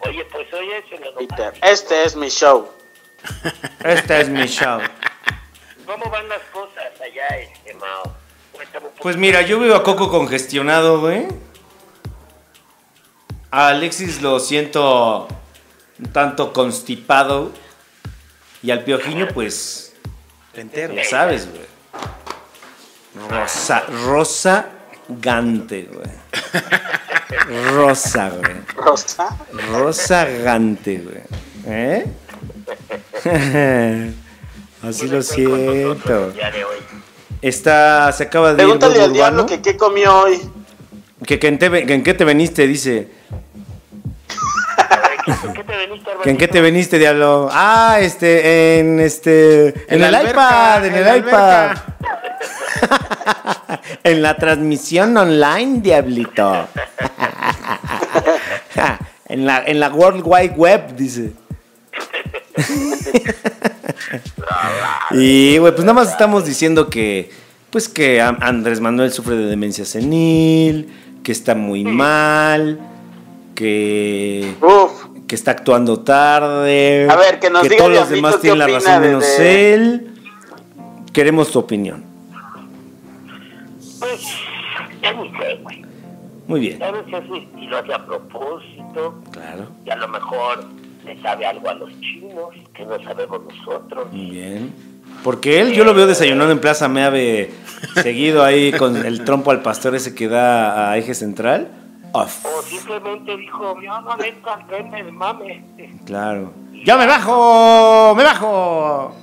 [SPEAKER 8] Oye, pues oye, es una
[SPEAKER 3] Peter, este es mi show.
[SPEAKER 2] Esta es mi show.
[SPEAKER 8] ¿Cómo van las cosas allá, este Mao? Cuéntame un poco.
[SPEAKER 2] Pues mira, yo veo a Coco congestionado, güey. A Alexis lo siento un tanto constipado. Y al Piojiño, pues. Entero. Ya sabes, güey. Rosa, rosa gante, güey. Rosa, güey.
[SPEAKER 3] Rosa.
[SPEAKER 2] Rosa Gante, güey. ¿Eh? Así lo siento.
[SPEAKER 8] Ya de hoy.
[SPEAKER 2] Está, se acaba de ir
[SPEAKER 3] Pregúntale
[SPEAKER 2] Bobo
[SPEAKER 3] al diablo
[SPEAKER 2] Urbano.
[SPEAKER 3] que qué comió hoy.
[SPEAKER 2] Que, que en, te ve- que en qué te veniste, dice.
[SPEAKER 8] A ver, ¿qué- ¿Qué te veniste,
[SPEAKER 2] Que en qué te
[SPEAKER 8] Alvarito?
[SPEAKER 2] veniste, diablo. Ah, este, en este, en,
[SPEAKER 6] la
[SPEAKER 2] el
[SPEAKER 6] alberca,
[SPEAKER 2] iPad, en
[SPEAKER 6] en
[SPEAKER 2] el
[SPEAKER 6] la
[SPEAKER 2] iPad. en la transmisión online, diablito. en la, en la World Wide Web, dice. y, güey, pues nada más estamos diciendo que, pues que Am- Andrés Manuel sufre de demencia senil, que está muy mal, que
[SPEAKER 3] Uf.
[SPEAKER 2] que está actuando tarde.
[SPEAKER 3] A ver, que nos diga
[SPEAKER 2] todos los
[SPEAKER 3] Diablito
[SPEAKER 2] demás
[SPEAKER 3] qué
[SPEAKER 2] tienen la
[SPEAKER 3] opina
[SPEAKER 2] razón menos
[SPEAKER 3] desde-
[SPEAKER 2] él. Queremos tu opinión.
[SPEAKER 8] Pues, ya ni sé, güey.
[SPEAKER 2] Muy bien.
[SPEAKER 8] Ya no sé si si lo hace a propósito.
[SPEAKER 2] Claro.
[SPEAKER 8] Y a lo mejor le sabe algo a los chinos que no sabemos nosotros.
[SPEAKER 2] Muy bien. Porque él yo lo veo desayunando en Plaza Meave seguido ahí con el trompo al pastor ese que da a eje central. Off.
[SPEAKER 8] O simplemente dijo, yo no este, vengo al tren del mame.
[SPEAKER 2] Claro. ¡Yo me bajo! ¡Me bajo!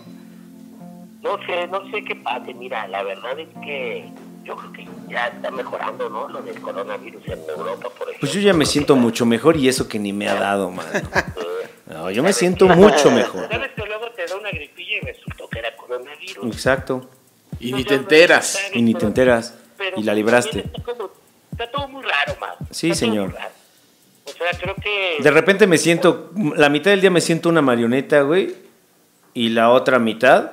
[SPEAKER 8] No sé, no sé qué pase. Mira, la verdad es que yo creo que ya está mejorando, ¿no? Lo del coronavirus en Europa, por ejemplo.
[SPEAKER 2] Pues yo ya me siento mucho mejor y eso que ni me ha dado, mano. No, yo me siento mucho mejor.
[SPEAKER 8] Sabes que luego te da una gripilla y resultó que era coronavirus.
[SPEAKER 2] Exacto.
[SPEAKER 6] Y ni te enteras.
[SPEAKER 2] Y ni te enteras. Y la libraste.
[SPEAKER 8] también Está, como- está todo muy raro, más.
[SPEAKER 2] Sí, señor.
[SPEAKER 8] O sea, creo que...
[SPEAKER 2] De repente me siento, la mitad del día me siento una marioneta, güey, y la otra mitad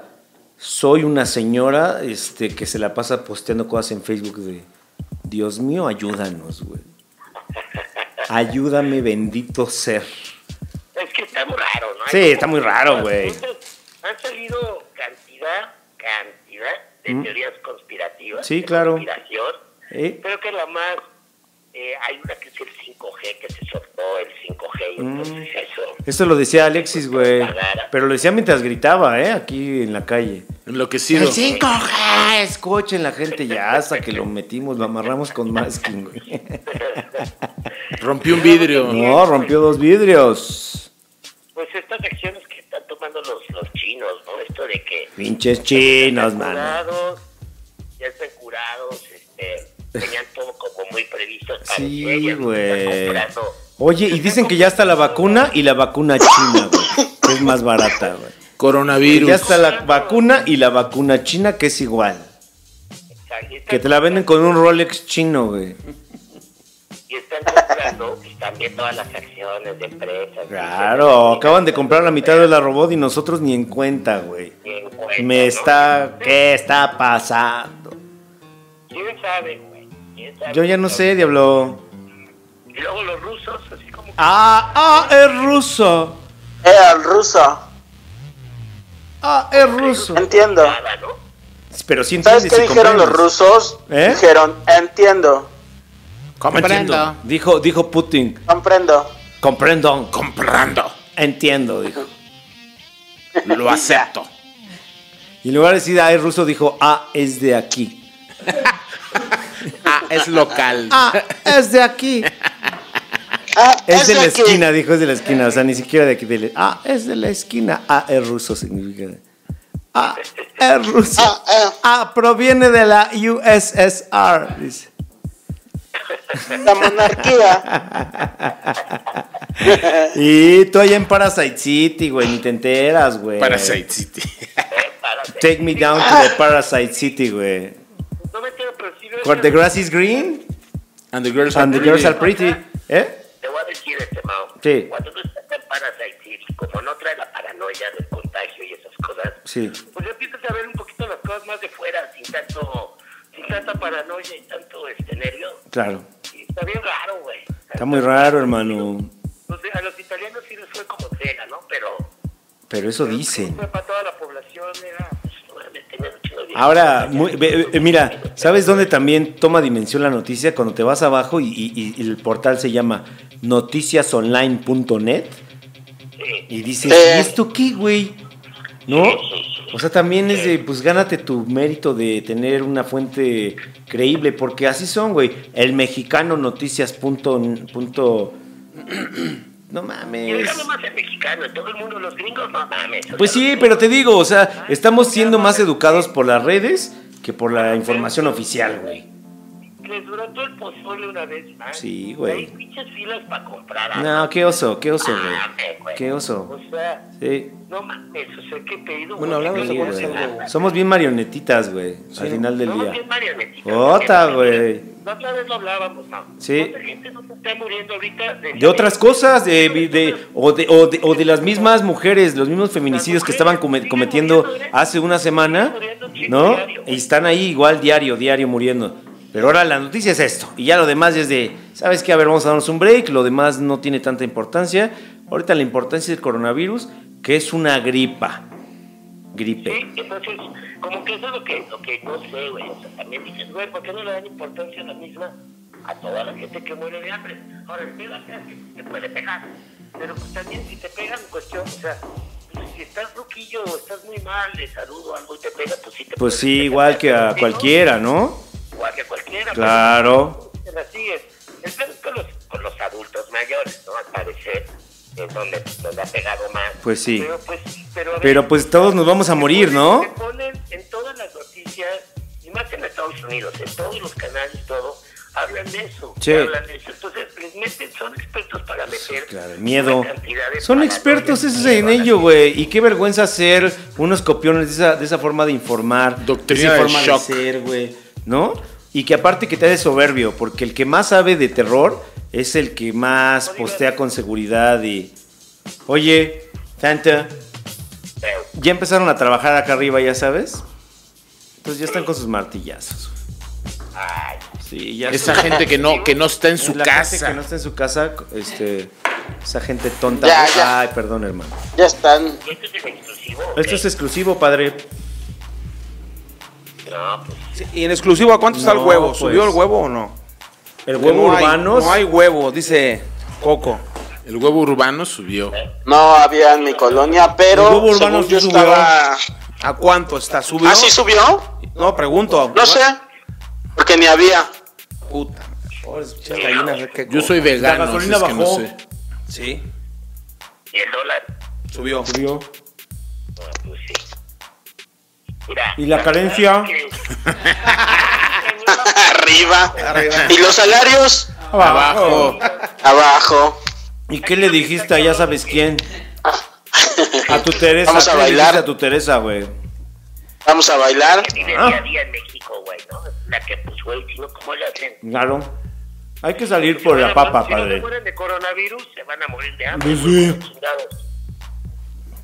[SPEAKER 2] soy una señora este, que se la pasa posteando cosas en Facebook de, Dios mío, ayúdanos, güey. Ayúdame, bendito ser.
[SPEAKER 8] Es que está muy raro, ¿no?
[SPEAKER 2] Sí,
[SPEAKER 8] Hay
[SPEAKER 2] está muy
[SPEAKER 8] como-
[SPEAKER 2] raro, güey.
[SPEAKER 8] Han salido cantidad, cantidad de teorías conspirativas.
[SPEAKER 2] ¿Mm? Sí,
[SPEAKER 8] de
[SPEAKER 2] claro.
[SPEAKER 8] conspiración.
[SPEAKER 2] ¿Eh?
[SPEAKER 8] Creo que la más. eh, hay una que es el 5G, que se soltó el 5G,
[SPEAKER 2] Mm.
[SPEAKER 8] y entonces eso.
[SPEAKER 2] Esto lo decía Alexis, güey, pero lo decía mientras gritaba, ¿eh? Aquí en la calle.
[SPEAKER 6] Enloquecido.
[SPEAKER 2] El 5G, escuchen la gente ya, hasta que lo metimos, lo amarramos con masking, güey.
[SPEAKER 6] Rompí un vidrio.
[SPEAKER 2] No, rompió dos vidrios.
[SPEAKER 8] Pues estas acciones que están tomando los, los chinos, ¿no? Esto de que.
[SPEAKER 2] Pinches chinos,
[SPEAKER 8] están
[SPEAKER 2] mano.
[SPEAKER 8] curados, ya están curados, este. Tenían todo como muy previsto.
[SPEAKER 2] Sí,
[SPEAKER 8] parecería, están
[SPEAKER 2] güey.
[SPEAKER 8] comprando-
[SPEAKER 2] Oye, y dicen que ya está la vacuna y la vacuna china, güey. Que es más barata, güey.
[SPEAKER 6] Coronavirus.
[SPEAKER 2] Ya está la vacuna y la vacuna china, que es igual.
[SPEAKER 8] o sea, y están
[SPEAKER 2] Que te la venden con un Rolex chino, güey.
[SPEAKER 8] y están comprando pues, también todas las acciones de empresas.
[SPEAKER 2] Claro, acaban de comprar la mitad de la robot y nosotros ni en cuenta, güey.
[SPEAKER 8] Bien, güey,
[SPEAKER 2] Me
[SPEAKER 8] ¿no?
[SPEAKER 2] está. ¿Qué está pasando?
[SPEAKER 8] ¿Quién sabe, güey? ¿Quién sabe?
[SPEAKER 2] Yo ya no sé, diablo.
[SPEAKER 8] Y luego los rusos, así como que
[SPEAKER 2] Ah, ah, es ruso.
[SPEAKER 3] Eh, al ruso.
[SPEAKER 2] Ah, es ruso.
[SPEAKER 3] No Entiendo.
[SPEAKER 8] nada, ¿no?
[SPEAKER 2] Pero sí
[SPEAKER 3] ¿Sabes
[SPEAKER 2] entiendes
[SPEAKER 3] qué
[SPEAKER 2] y
[SPEAKER 3] dijeron los
[SPEAKER 2] comprendes.
[SPEAKER 3] rusos?
[SPEAKER 2] ¿Eh?
[SPEAKER 3] Dijeron, entiendo,
[SPEAKER 2] Comprendo. Dijo, dijo Putin.
[SPEAKER 3] comprendo.
[SPEAKER 2] Comprendo.
[SPEAKER 6] Comprando.
[SPEAKER 2] Entiendo, dijo.
[SPEAKER 6] Lo acepto.
[SPEAKER 2] Y en lugar de decir, ah, es ruso, dijo, ah, es de aquí.
[SPEAKER 6] Ah, es local.
[SPEAKER 2] Ah, es de aquí.
[SPEAKER 3] Ah,
[SPEAKER 2] Es de la
[SPEAKER 3] aquí.
[SPEAKER 2] esquina, dijo, es de la esquina. O sea, ni siquiera de aquí. de la- ah, es de la esquina. Ah, es ruso, significa. Ah, es ruso.
[SPEAKER 3] Ah, ah.
[SPEAKER 2] Ah, proviene de la USSR, dice.
[SPEAKER 3] La monarquía.
[SPEAKER 2] Y tú allá en Parasite City, güey, ni te enteras, güey.
[SPEAKER 6] Parasite City.
[SPEAKER 8] Eh,
[SPEAKER 2] Take me down to the Parasite City, güey.
[SPEAKER 8] No me quiero percibir.
[SPEAKER 2] Where the grass is green
[SPEAKER 6] And the girls
[SPEAKER 2] and the girls are pretty. ¿Eh?
[SPEAKER 8] Te voy a decir este Mao.
[SPEAKER 2] Sí.
[SPEAKER 8] Cuando tú estás en Parasite City, como no trae la paranoia del contagio y esas cosas,
[SPEAKER 2] Sí.
[SPEAKER 8] pues ya empiezas a ver un poquito las cosas más de fuera, sin tanto, sin tanta paranoia y tanto este nervio.
[SPEAKER 2] Claro.
[SPEAKER 8] Y está bien raro, güey.
[SPEAKER 2] Está muy raro, hermano.
[SPEAKER 8] O sea, a los italianos sí les fue como cega, ¿no? Pero
[SPEAKER 2] Pero eso
[SPEAKER 8] sí
[SPEAKER 2] dicen.
[SPEAKER 8] fue para toda la población, era, pues, obviamente, tener un chingo de-
[SPEAKER 2] Ahora, muy- ve- ve- mira, ¿sabes dónde también toma dimensión la noticia? Cuando te vas abajo y, y- y el portal se llama noticiasonline.net
[SPEAKER 8] Sí.
[SPEAKER 2] y dices,
[SPEAKER 3] Sí.
[SPEAKER 2] ¿y esto qué, güey? ¿No? O sea, también es de, pues gánate tu mérito de tener una fuente creíble, porque así son, güey. El mexicano noticias punto, punto- no
[SPEAKER 8] Y
[SPEAKER 2] mames.
[SPEAKER 8] deja nomás el mexicano, todo el mundo, los gringos, no mames. o
[SPEAKER 2] Pues
[SPEAKER 8] sea,
[SPEAKER 2] sí, pero te digo, o sea, estamos siendo más educados por las redes que por la información oficial, güey.
[SPEAKER 8] Les duró todo el pozole una vez más.
[SPEAKER 2] Sí, güey.
[SPEAKER 8] Hay pinches filas para comprar algo. Ah,
[SPEAKER 2] No, qué oso, qué oso,
[SPEAKER 8] Mames,
[SPEAKER 2] güey. Qué oso.
[SPEAKER 8] O sea,
[SPEAKER 2] Sí.
[SPEAKER 8] no mames, o sea, qué pedido.
[SPEAKER 7] Bueno, hablamos
[SPEAKER 8] de
[SPEAKER 7] de cómo se
[SPEAKER 2] Somos bien marionetitas, güey, al final del
[SPEAKER 8] Somos
[SPEAKER 2] día.
[SPEAKER 8] bien marionetitas.
[SPEAKER 2] Ota,
[SPEAKER 8] porque-
[SPEAKER 2] güey.
[SPEAKER 8] La otra vez lo hablábamos, Mau.
[SPEAKER 2] Sí.
[SPEAKER 8] ¿Cuánta gente no se está muriendo ahorita?
[SPEAKER 2] De otras cosas, de, de- o, de, o, de, o de las mismas mujeres, los mismos feminicidios que estaban come- cometiendo hace una semana, ¿no? Y están ahí igual diario, diario muriendo. Pero ahora la noticia es esto. Y ya lo demás es de, ¿sabes qué? A ver, vamos a darnos un break. Lo demás no tiene tanta importancia. Ahorita la importancia del coronavirus, que es una gripa. Gripe.
[SPEAKER 8] Sí, entonces, como que eso es lo que, lo que no sé, güey. O sea, también dices, güey, ¿por qué no le dan importancia a la misma a toda la gente que muere de hambre? Ahora, el pedo acá es que te puede pegar. Pero pues también si te pegan, cuestión, o sea, pues, si estás ruquillo o estás muy mal de salud o algo y te pega, pues sí te
[SPEAKER 2] Pues
[SPEAKER 8] puede
[SPEAKER 2] sí,
[SPEAKER 8] pegar.
[SPEAKER 2] igual que a
[SPEAKER 8] Sí, ¿no?
[SPEAKER 2] cualquiera, ¿no?
[SPEAKER 8] Igual que a cualquiera.
[SPEAKER 2] Claro.
[SPEAKER 8] pero te la sigues. El pedo Pues es con los, con los adultos mayores, ¿no? Al parecer es donde nos ha pegado más.
[SPEAKER 2] Pues sí.
[SPEAKER 8] Pero pues, pero, a ver,
[SPEAKER 2] Pero pues todos nos vamos a morir, ¿no?
[SPEAKER 8] se ponen en todas las noticias, y más en Estados Unidos, en todos los canales, todo, hablan de eso.
[SPEAKER 2] Sí.
[SPEAKER 8] Hablan de eso. Entonces, les meten, son expertos para meter.
[SPEAKER 2] Claro, el miedo.
[SPEAKER 8] una cantidad de
[SPEAKER 2] Son
[SPEAKER 8] paranoia,
[SPEAKER 2] expertos esos
[SPEAKER 8] miedo
[SPEAKER 2] en
[SPEAKER 8] a la
[SPEAKER 2] ello, güey. Y qué vergüenza ser unos copiones de esa, de esa forma de informar.
[SPEAKER 6] Doctrina
[SPEAKER 2] de
[SPEAKER 6] del
[SPEAKER 2] esa forma
[SPEAKER 6] shock.
[SPEAKER 2] de ser, güey. ¿No? Y que aparte que te hace soberbio, porque el que más sabe de terror es el que más postea con seguridad y... Oye, Santa,
[SPEAKER 8] gente.
[SPEAKER 2] ya empezaron a trabajar acá arriba, ya sabes. Entonces ya están con sus martillazos. Sí, ya
[SPEAKER 6] Esa
[SPEAKER 2] sé.
[SPEAKER 6] gente que no, que no está en su
[SPEAKER 2] La gente
[SPEAKER 6] casa.
[SPEAKER 2] que no está en su casa, este, esa gente tonta.
[SPEAKER 3] Ya, ya.
[SPEAKER 2] Ay, perdón, hermano.
[SPEAKER 3] Ya están.
[SPEAKER 8] ¿Y esto es el exclusivo?
[SPEAKER 2] Esto es exclusivo, padre.
[SPEAKER 8] No, pues,
[SPEAKER 7] ¿Y en exclusivo a cuánto está el
[SPEAKER 2] No,
[SPEAKER 7] huevo?
[SPEAKER 2] pues.
[SPEAKER 7] ¿Subió el huevo o no?
[SPEAKER 2] El huevo
[SPEAKER 7] no hay-
[SPEAKER 2] urbanos.
[SPEAKER 7] no hay huevo, dice Coco.
[SPEAKER 6] El huevo urbano subió.
[SPEAKER 3] No había en mi colonia, pero
[SPEAKER 2] El huevo urbano
[SPEAKER 3] según yo
[SPEAKER 2] sí
[SPEAKER 3] estaba.
[SPEAKER 7] ¿A cuánto está? ¿Subió?
[SPEAKER 3] ¿Ah, sí subió?
[SPEAKER 7] No, pregunto.
[SPEAKER 3] No sé. Porque ni había.
[SPEAKER 7] Puta. Pobres
[SPEAKER 2] pues,
[SPEAKER 7] pinches gallinas, ¿qué
[SPEAKER 6] Yo
[SPEAKER 7] co-
[SPEAKER 6] soy vegano.
[SPEAKER 2] La gasolina
[SPEAKER 6] así es que
[SPEAKER 2] bajó.
[SPEAKER 6] no sé.
[SPEAKER 7] Sí,
[SPEAKER 8] y el dólar.
[SPEAKER 7] subió.
[SPEAKER 2] Subió.
[SPEAKER 8] No, pues sí. Mira,
[SPEAKER 2] ¿Y la
[SPEAKER 8] verdad
[SPEAKER 2] carencia?
[SPEAKER 8] es que-
[SPEAKER 3] Arriba. Y los salarios
[SPEAKER 6] Abajo.
[SPEAKER 3] abajo.
[SPEAKER 2] ¿Y qué le dijiste a ya sabes quién? A tu Teresa.
[SPEAKER 3] Vamos a
[SPEAKER 2] ¿qué le
[SPEAKER 3] bailar.
[SPEAKER 2] dijiste a tu Teresa, güey.
[SPEAKER 3] Vamos a
[SPEAKER 2] ¿Ah?
[SPEAKER 3] bailar.
[SPEAKER 8] que vive día a día en México, güey, ¿no? La que, pues, güey, si no, ¿cómo le hacen?
[SPEAKER 2] Claro. Hay que salir
[SPEAKER 8] Si
[SPEAKER 2] por
[SPEAKER 8] no
[SPEAKER 2] la
[SPEAKER 8] se-
[SPEAKER 2] papa,
[SPEAKER 8] si no se
[SPEAKER 2] padre.
[SPEAKER 8] mueren de coronavirus, se van a morir de hambre.
[SPEAKER 2] Pues sí.
[SPEAKER 8] chingados.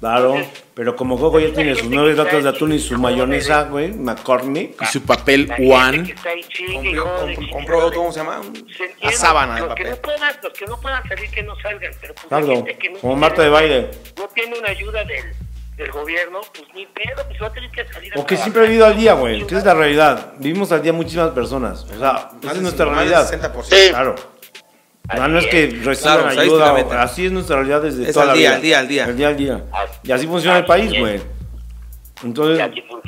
[SPEAKER 2] Claro, pero como Gogo ya tiene sus nueve latas de atún y su mayonesa, güey, McCormick.
[SPEAKER 6] Y su papel
[SPEAKER 8] La gente que
[SPEAKER 6] one.
[SPEAKER 8] está ahí chingue y
[SPEAKER 7] Compró,
[SPEAKER 8] jode,
[SPEAKER 7] compró-
[SPEAKER 8] chingue,
[SPEAKER 7] compró,
[SPEAKER 8] jode.
[SPEAKER 7] ¿cómo se llama? Un-
[SPEAKER 8] Se entiende,
[SPEAKER 7] sábana de
[SPEAKER 8] los que
[SPEAKER 7] papel.
[SPEAKER 8] no puedan, los que no puedan salir, que no salgan. Pero pues, la
[SPEAKER 2] Claro,
[SPEAKER 8] gente que no
[SPEAKER 2] como
[SPEAKER 8] tiene-
[SPEAKER 2] Marta de baile.
[SPEAKER 8] No tiene una ayuda del, del gobierno, pues ni pedo, pues va a tener que salir. a
[SPEAKER 2] O que
[SPEAKER 8] trabajar.
[SPEAKER 2] siempre ha vivido al día, güey, que es la realidad. Vivimos al día muchísimas personas. O sea, esa
[SPEAKER 7] Más
[SPEAKER 2] es
[SPEAKER 7] de-
[SPEAKER 2] nuestra
[SPEAKER 7] más del
[SPEAKER 2] realidad.
[SPEAKER 7] 60%.
[SPEAKER 3] Sí.
[SPEAKER 2] Claro. No, no es que reciban
[SPEAKER 7] Claro, pues,
[SPEAKER 2] ayuda. o-
[SPEAKER 7] estadísticamente.
[SPEAKER 2] Así es nuestra realidad desde
[SPEAKER 7] Es
[SPEAKER 2] toda
[SPEAKER 7] al
[SPEAKER 2] la
[SPEAKER 7] día,
[SPEAKER 2] vida.
[SPEAKER 7] al día, al día.
[SPEAKER 2] al día, al día.
[SPEAKER 8] Así-
[SPEAKER 2] Y así funciona el
[SPEAKER 8] así
[SPEAKER 2] país,
[SPEAKER 8] es.
[SPEAKER 2] güey.
[SPEAKER 8] Y
[SPEAKER 2] Entonces,
[SPEAKER 8] aquí, pues,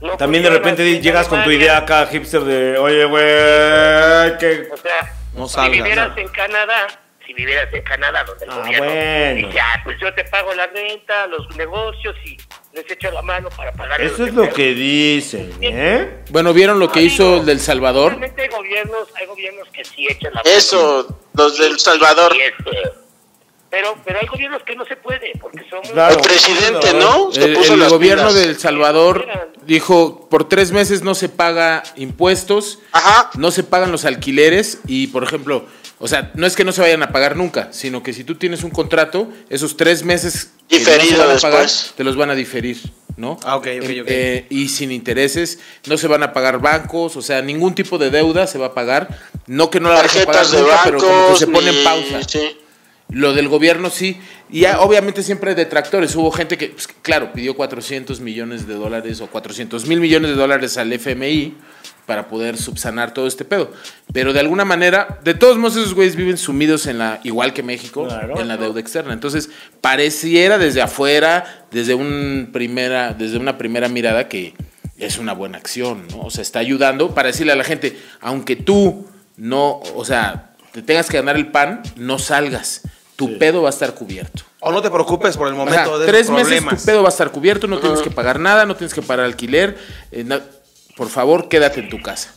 [SPEAKER 8] no
[SPEAKER 2] también de
[SPEAKER 8] funciona
[SPEAKER 2] repente
[SPEAKER 8] así en
[SPEAKER 2] llegas con tu
[SPEAKER 8] Alemania.
[SPEAKER 2] idea acá, hipster, de, oye, güey, que...
[SPEAKER 8] O sea,
[SPEAKER 7] No
[SPEAKER 8] si
[SPEAKER 7] salgas,
[SPEAKER 8] vivieras
[SPEAKER 7] no.
[SPEAKER 8] en Canadá, si vivieras en Canadá, donde el
[SPEAKER 2] Ah,
[SPEAKER 8] gobierno
[SPEAKER 2] bueno.
[SPEAKER 8] dice, "Ah, pues yo te pago la renta, los negocios y les echo la mano para pagar. a los
[SPEAKER 2] Eso es lo
[SPEAKER 8] empleados".
[SPEAKER 2] que dicen, ¿eh?
[SPEAKER 6] Bueno, ¿vieron lo que
[SPEAKER 8] No,
[SPEAKER 6] hizo
[SPEAKER 8] digo,
[SPEAKER 6] el del Salvador?
[SPEAKER 8] Realmente hay gobiernos, hay gobiernos que sí echan la mano.
[SPEAKER 3] Eso, los del Salvador.
[SPEAKER 8] Y este, pero, pero hay gobiernos que no se puede, porque somos...
[SPEAKER 2] Claro.
[SPEAKER 3] El presidente, ¿no? Se
[SPEAKER 6] El,
[SPEAKER 3] puso
[SPEAKER 6] el
[SPEAKER 3] las
[SPEAKER 6] gobierno
[SPEAKER 3] pilas.
[SPEAKER 6] del Salvador dijo, por tres meses no se paga impuestos,
[SPEAKER 3] Ajá.
[SPEAKER 6] no se pagan los alquileres y, por ejemplo, o sea, no es que no se vayan a pagar nunca, sino que si tú tienes un contrato, esos tres meses que no se
[SPEAKER 3] Diferido
[SPEAKER 6] van a
[SPEAKER 3] después.
[SPEAKER 6] pagar, te los van a diferir, ¿no?
[SPEAKER 7] Ah, ok, ok,
[SPEAKER 6] Eh,
[SPEAKER 7] ok.
[SPEAKER 6] eh, y sin intereses, no se van a pagar bancos, o sea, ningún tipo de deuda se va a pagar, no que no la vas a pagar
[SPEAKER 3] Tarjetas de
[SPEAKER 6] nunca, pero como que
[SPEAKER 3] bancos.
[SPEAKER 6] se pone en
[SPEAKER 3] ni-
[SPEAKER 6] pausa.
[SPEAKER 3] sí.
[SPEAKER 6] Lo del gobierno sí, y ya, obviamente siempre hay detractores. Hubo gente que, pues, claro, pidió 400 millones de dólares o 400 mil millones de dólares al FMI para poder subsanar todo este pedo. Pero de alguna manera, de todos modos, esos güeyes viven sumidos en la, igual que México,
[SPEAKER 2] Claro.
[SPEAKER 6] en la deuda externa. Entonces, pareciera desde afuera, desde, un primera, desde una primera mirada, que es una buena acción, ¿no? O sea, está ayudando para decirle a la gente, aunque tú no, o sea, te tengas que ganar el pan, no salgas. Tu pedo va a estar cubierto.
[SPEAKER 7] O no te preocupes por el
[SPEAKER 6] O sea,
[SPEAKER 7] momento de
[SPEAKER 6] tres
[SPEAKER 7] tres
[SPEAKER 6] meses
[SPEAKER 7] problemas.
[SPEAKER 6] tu pedo va a estar cubierto, no tienes que pagar nada, no tienes que pagar alquiler. eh, na- por favor, quédate en tu casa.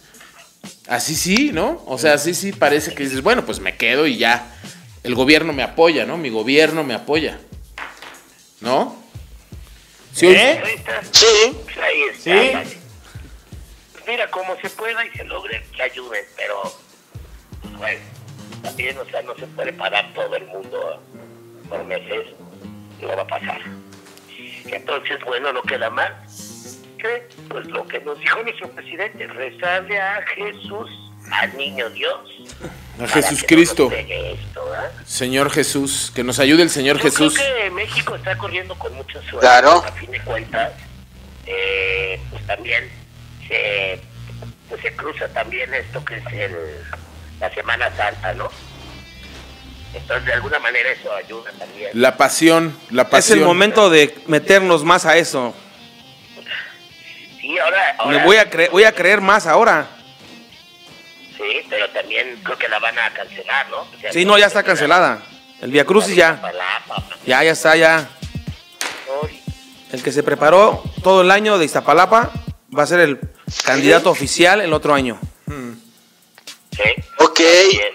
[SPEAKER 6] Así sí, ¿no? O sea, así sí parece que dices, bueno, pues me quedo y ya. El gobierno me apoya, ¿no? Mi gobierno me apoya. ¿No? Sí, hoy-
[SPEAKER 2] ¿Eh?
[SPEAKER 8] Ahí está.
[SPEAKER 3] Sí.
[SPEAKER 8] Pues ahí está.
[SPEAKER 2] Sí.
[SPEAKER 8] vale. Pues Mira, como se pueda y se logre, que ayuden, pero pues, bueno, también, o sea, no se puede parar todo el mundo por meses, no va a pasar. Entonces, bueno, no queda más que pues lo que nos dijo nuestro presidente, rezarle a Jesús, al niño Dios.
[SPEAKER 6] A
[SPEAKER 8] para
[SPEAKER 6] Jesús
[SPEAKER 8] que no nos
[SPEAKER 6] Cristo.
[SPEAKER 8] pegue esto, ¿eh? ¿verdad?
[SPEAKER 6] Señor Jesús, que nos ayude el Señor
[SPEAKER 8] Yo
[SPEAKER 6] Jesús.
[SPEAKER 8] creo que México está corriendo con mucha suerte.
[SPEAKER 3] Claro.
[SPEAKER 8] A fin de cuentas, eh, pues también se, pues se cruza también esto que es el, la Semana Santa, ¿no? Entonces, de alguna manera eso ayuda también.
[SPEAKER 6] La pasión, la
[SPEAKER 7] Es
[SPEAKER 6] pasión.
[SPEAKER 7] el momento de meternos más a eso.
[SPEAKER 8] Sí, ahora... ahora
[SPEAKER 7] Me voy a, cre- voy a creer más ahora.
[SPEAKER 8] Sí, pero también creo que la van a cancelar, ¿no? O sea,
[SPEAKER 7] Sí, no, ya está cancelada. El Via Crucis ya.
[SPEAKER 8] Palapa,
[SPEAKER 7] Ya, ya está, ya.
[SPEAKER 8] Pastor,
[SPEAKER 7] El que se preparó todo el año de Iztapalapa va a ser el candidato oficial el otro año.
[SPEAKER 8] Sí.
[SPEAKER 3] Ok.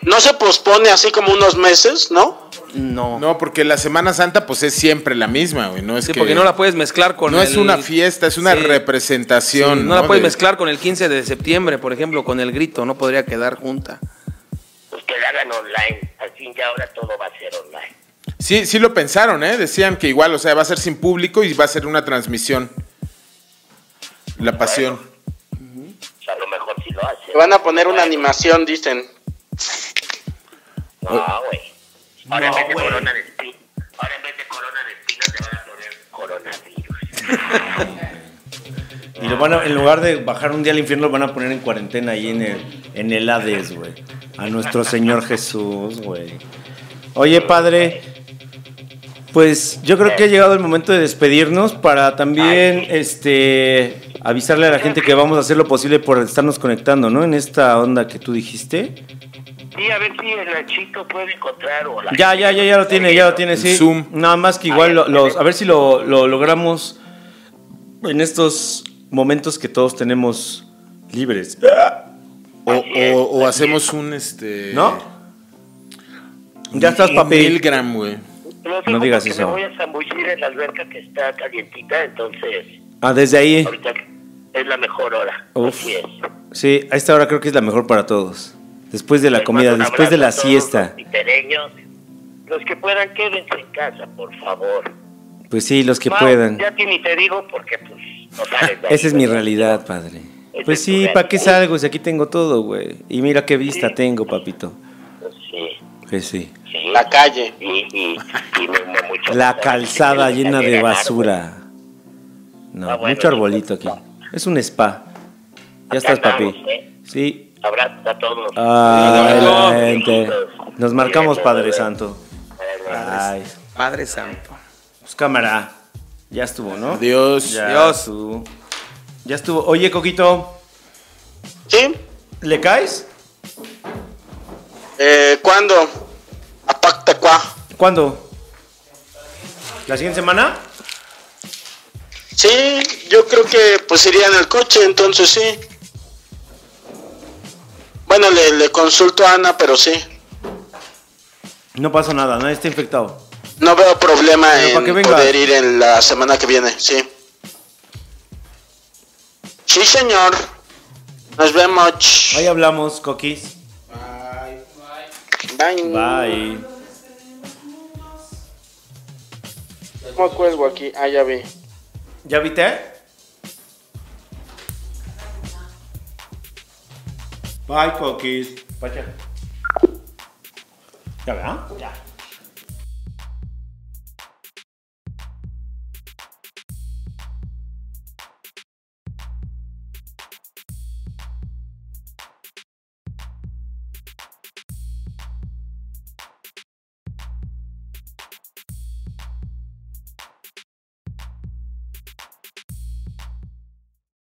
[SPEAKER 3] No se pospone así como unos meses, ¿no?
[SPEAKER 7] No.
[SPEAKER 6] No, porque la Semana Santa pues es siempre la misma, güey. No es
[SPEAKER 7] Sí,
[SPEAKER 6] que
[SPEAKER 7] porque no la puedes mezclar con
[SPEAKER 6] no es
[SPEAKER 7] el-
[SPEAKER 6] una fiesta, es una
[SPEAKER 7] Sí. Sí,
[SPEAKER 6] representación.
[SPEAKER 7] no la puedes
[SPEAKER 6] De-
[SPEAKER 7] mezclar con el 15 de septiembre, por ejemplo, con el grito. No podría quedar junta.
[SPEAKER 8] Pues que la hagan online. Al fin ya ahora todo va a ser online.
[SPEAKER 6] Sí, sí lo pensaron, ¿eh? Decían que igual, o sea, va a ser sin público y va a ser una transmisión. La pasión.
[SPEAKER 8] O sea, a lo mejor sí lo hacen.
[SPEAKER 3] Le van a poner una
[SPEAKER 8] Bueno.
[SPEAKER 3] animación, dicen.
[SPEAKER 8] Eh, No, güey. Ahora en vez de corona de espinas, ahora en vez de corona de espinas te van a poner coronavirus.
[SPEAKER 2] Y lo van a- en lugar de bajar un día al infierno, lo van a poner en cuarentena ahí en el, en el Hades, güey. A nuestro Señor Jesús, güey. Oye, padre. Pues yo creo que ha llegado el momento de despedirnos para también este avisarle a la gente que vamos a hacer lo posible por estarnos conectando, ¿no? En esta onda que tú dijiste.
[SPEAKER 8] Sí, a ver si el Nachito puede encontrar o la
[SPEAKER 2] Ya,
[SPEAKER 8] gente
[SPEAKER 2] ya, ya, ya lo tiene, ya lo tiene,
[SPEAKER 6] El
[SPEAKER 2] sí.
[SPEAKER 6] Zoom.
[SPEAKER 2] Nada más que igual lo- los, a ver si lo, lo logramos en estos momentos que todos tenemos libres.
[SPEAKER 6] O, o- o hacemos un este.
[SPEAKER 2] ¿No? Ya estás,
[SPEAKER 6] un
[SPEAKER 2] papi.
[SPEAKER 6] Milgram, güey.
[SPEAKER 8] Lo digo
[SPEAKER 2] No digas
[SPEAKER 8] porque
[SPEAKER 2] eso.
[SPEAKER 8] Me voy a zambullir en la alberca que está calientita, entonces
[SPEAKER 2] Ah, desde ahí.
[SPEAKER 8] ahorita es la mejor hora.
[SPEAKER 2] Uf.
[SPEAKER 8] Así es.
[SPEAKER 2] Sí, a esta hora creo que es la mejor para todos. Después de la
[SPEAKER 8] Les
[SPEAKER 2] comida,
[SPEAKER 8] mando un
[SPEAKER 2] después de la
[SPEAKER 8] abrazo a todos
[SPEAKER 2] siesta.
[SPEAKER 8] Los pitereños. Los que puedan, quédense en casa, por favor.
[SPEAKER 2] Pues sí, los que
[SPEAKER 8] Mau,
[SPEAKER 2] puedan.
[SPEAKER 8] Ya que ni te digo porque, pues, no sales de ahí.
[SPEAKER 2] Esa es mi realidad, padre.
[SPEAKER 8] Esa
[SPEAKER 2] Pues
[SPEAKER 8] es tu
[SPEAKER 2] sí, ¿para qué
[SPEAKER 8] realidad.
[SPEAKER 2] salgo? Si aquí tengo todo, güey. Y mira qué vista
[SPEAKER 8] Sí.
[SPEAKER 2] tengo, papito.
[SPEAKER 8] pues, Sí,
[SPEAKER 2] Que sí.
[SPEAKER 8] sí.
[SPEAKER 3] La calle.
[SPEAKER 8] Y, y, y me- me- mucho-
[SPEAKER 2] La calzada llena de basura. No,
[SPEAKER 8] Ah, bueno,
[SPEAKER 2] mucho arbolito aquí.
[SPEAKER 8] no.
[SPEAKER 2] Es un spa. Ya
[SPEAKER 8] Acá
[SPEAKER 2] estás, papi.
[SPEAKER 8] andamos, ¿eh?
[SPEAKER 2] Sí.
[SPEAKER 8] Abrazos a todos.
[SPEAKER 2] Ay,
[SPEAKER 8] Abrazos.
[SPEAKER 2] la gente. Nos marcamos, Padre
[SPEAKER 8] Abrazos.
[SPEAKER 2] Santo. Ay,
[SPEAKER 7] Padre Santo.
[SPEAKER 2] pues cámara. Ya estuvo, ¿no?
[SPEAKER 6] Adiós.
[SPEAKER 2] Ya
[SPEAKER 7] Dios.
[SPEAKER 2] estuvo. Ya estuvo. Oye, Coquito,
[SPEAKER 3] ¿Sí?
[SPEAKER 2] ¿le caes?
[SPEAKER 3] Eh, ¿Cuándo? Apactacua.
[SPEAKER 2] ¿Cuándo? ¿La siguiente semana?
[SPEAKER 3] Sí, yo creo que pues iría en el coche, entonces sí. Bueno, le, le consulto a Ana, pero sí.
[SPEAKER 2] No pasó nada, nadie está infectado.
[SPEAKER 3] No veo problema
[SPEAKER 2] Pero para que
[SPEAKER 3] en
[SPEAKER 2] venga.
[SPEAKER 3] poder ir en la semana que viene, sí. Sí, señor. Nos vemos.
[SPEAKER 2] Ahí hablamos, Coquis.
[SPEAKER 3] Bye.
[SPEAKER 2] Bye.
[SPEAKER 3] ¿Cómo cuelgo aquí? Ah, ya vi.
[SPEAKER 2] ¿Ya viste? Bye, Coquis. Ya, ¿verdad? Ya.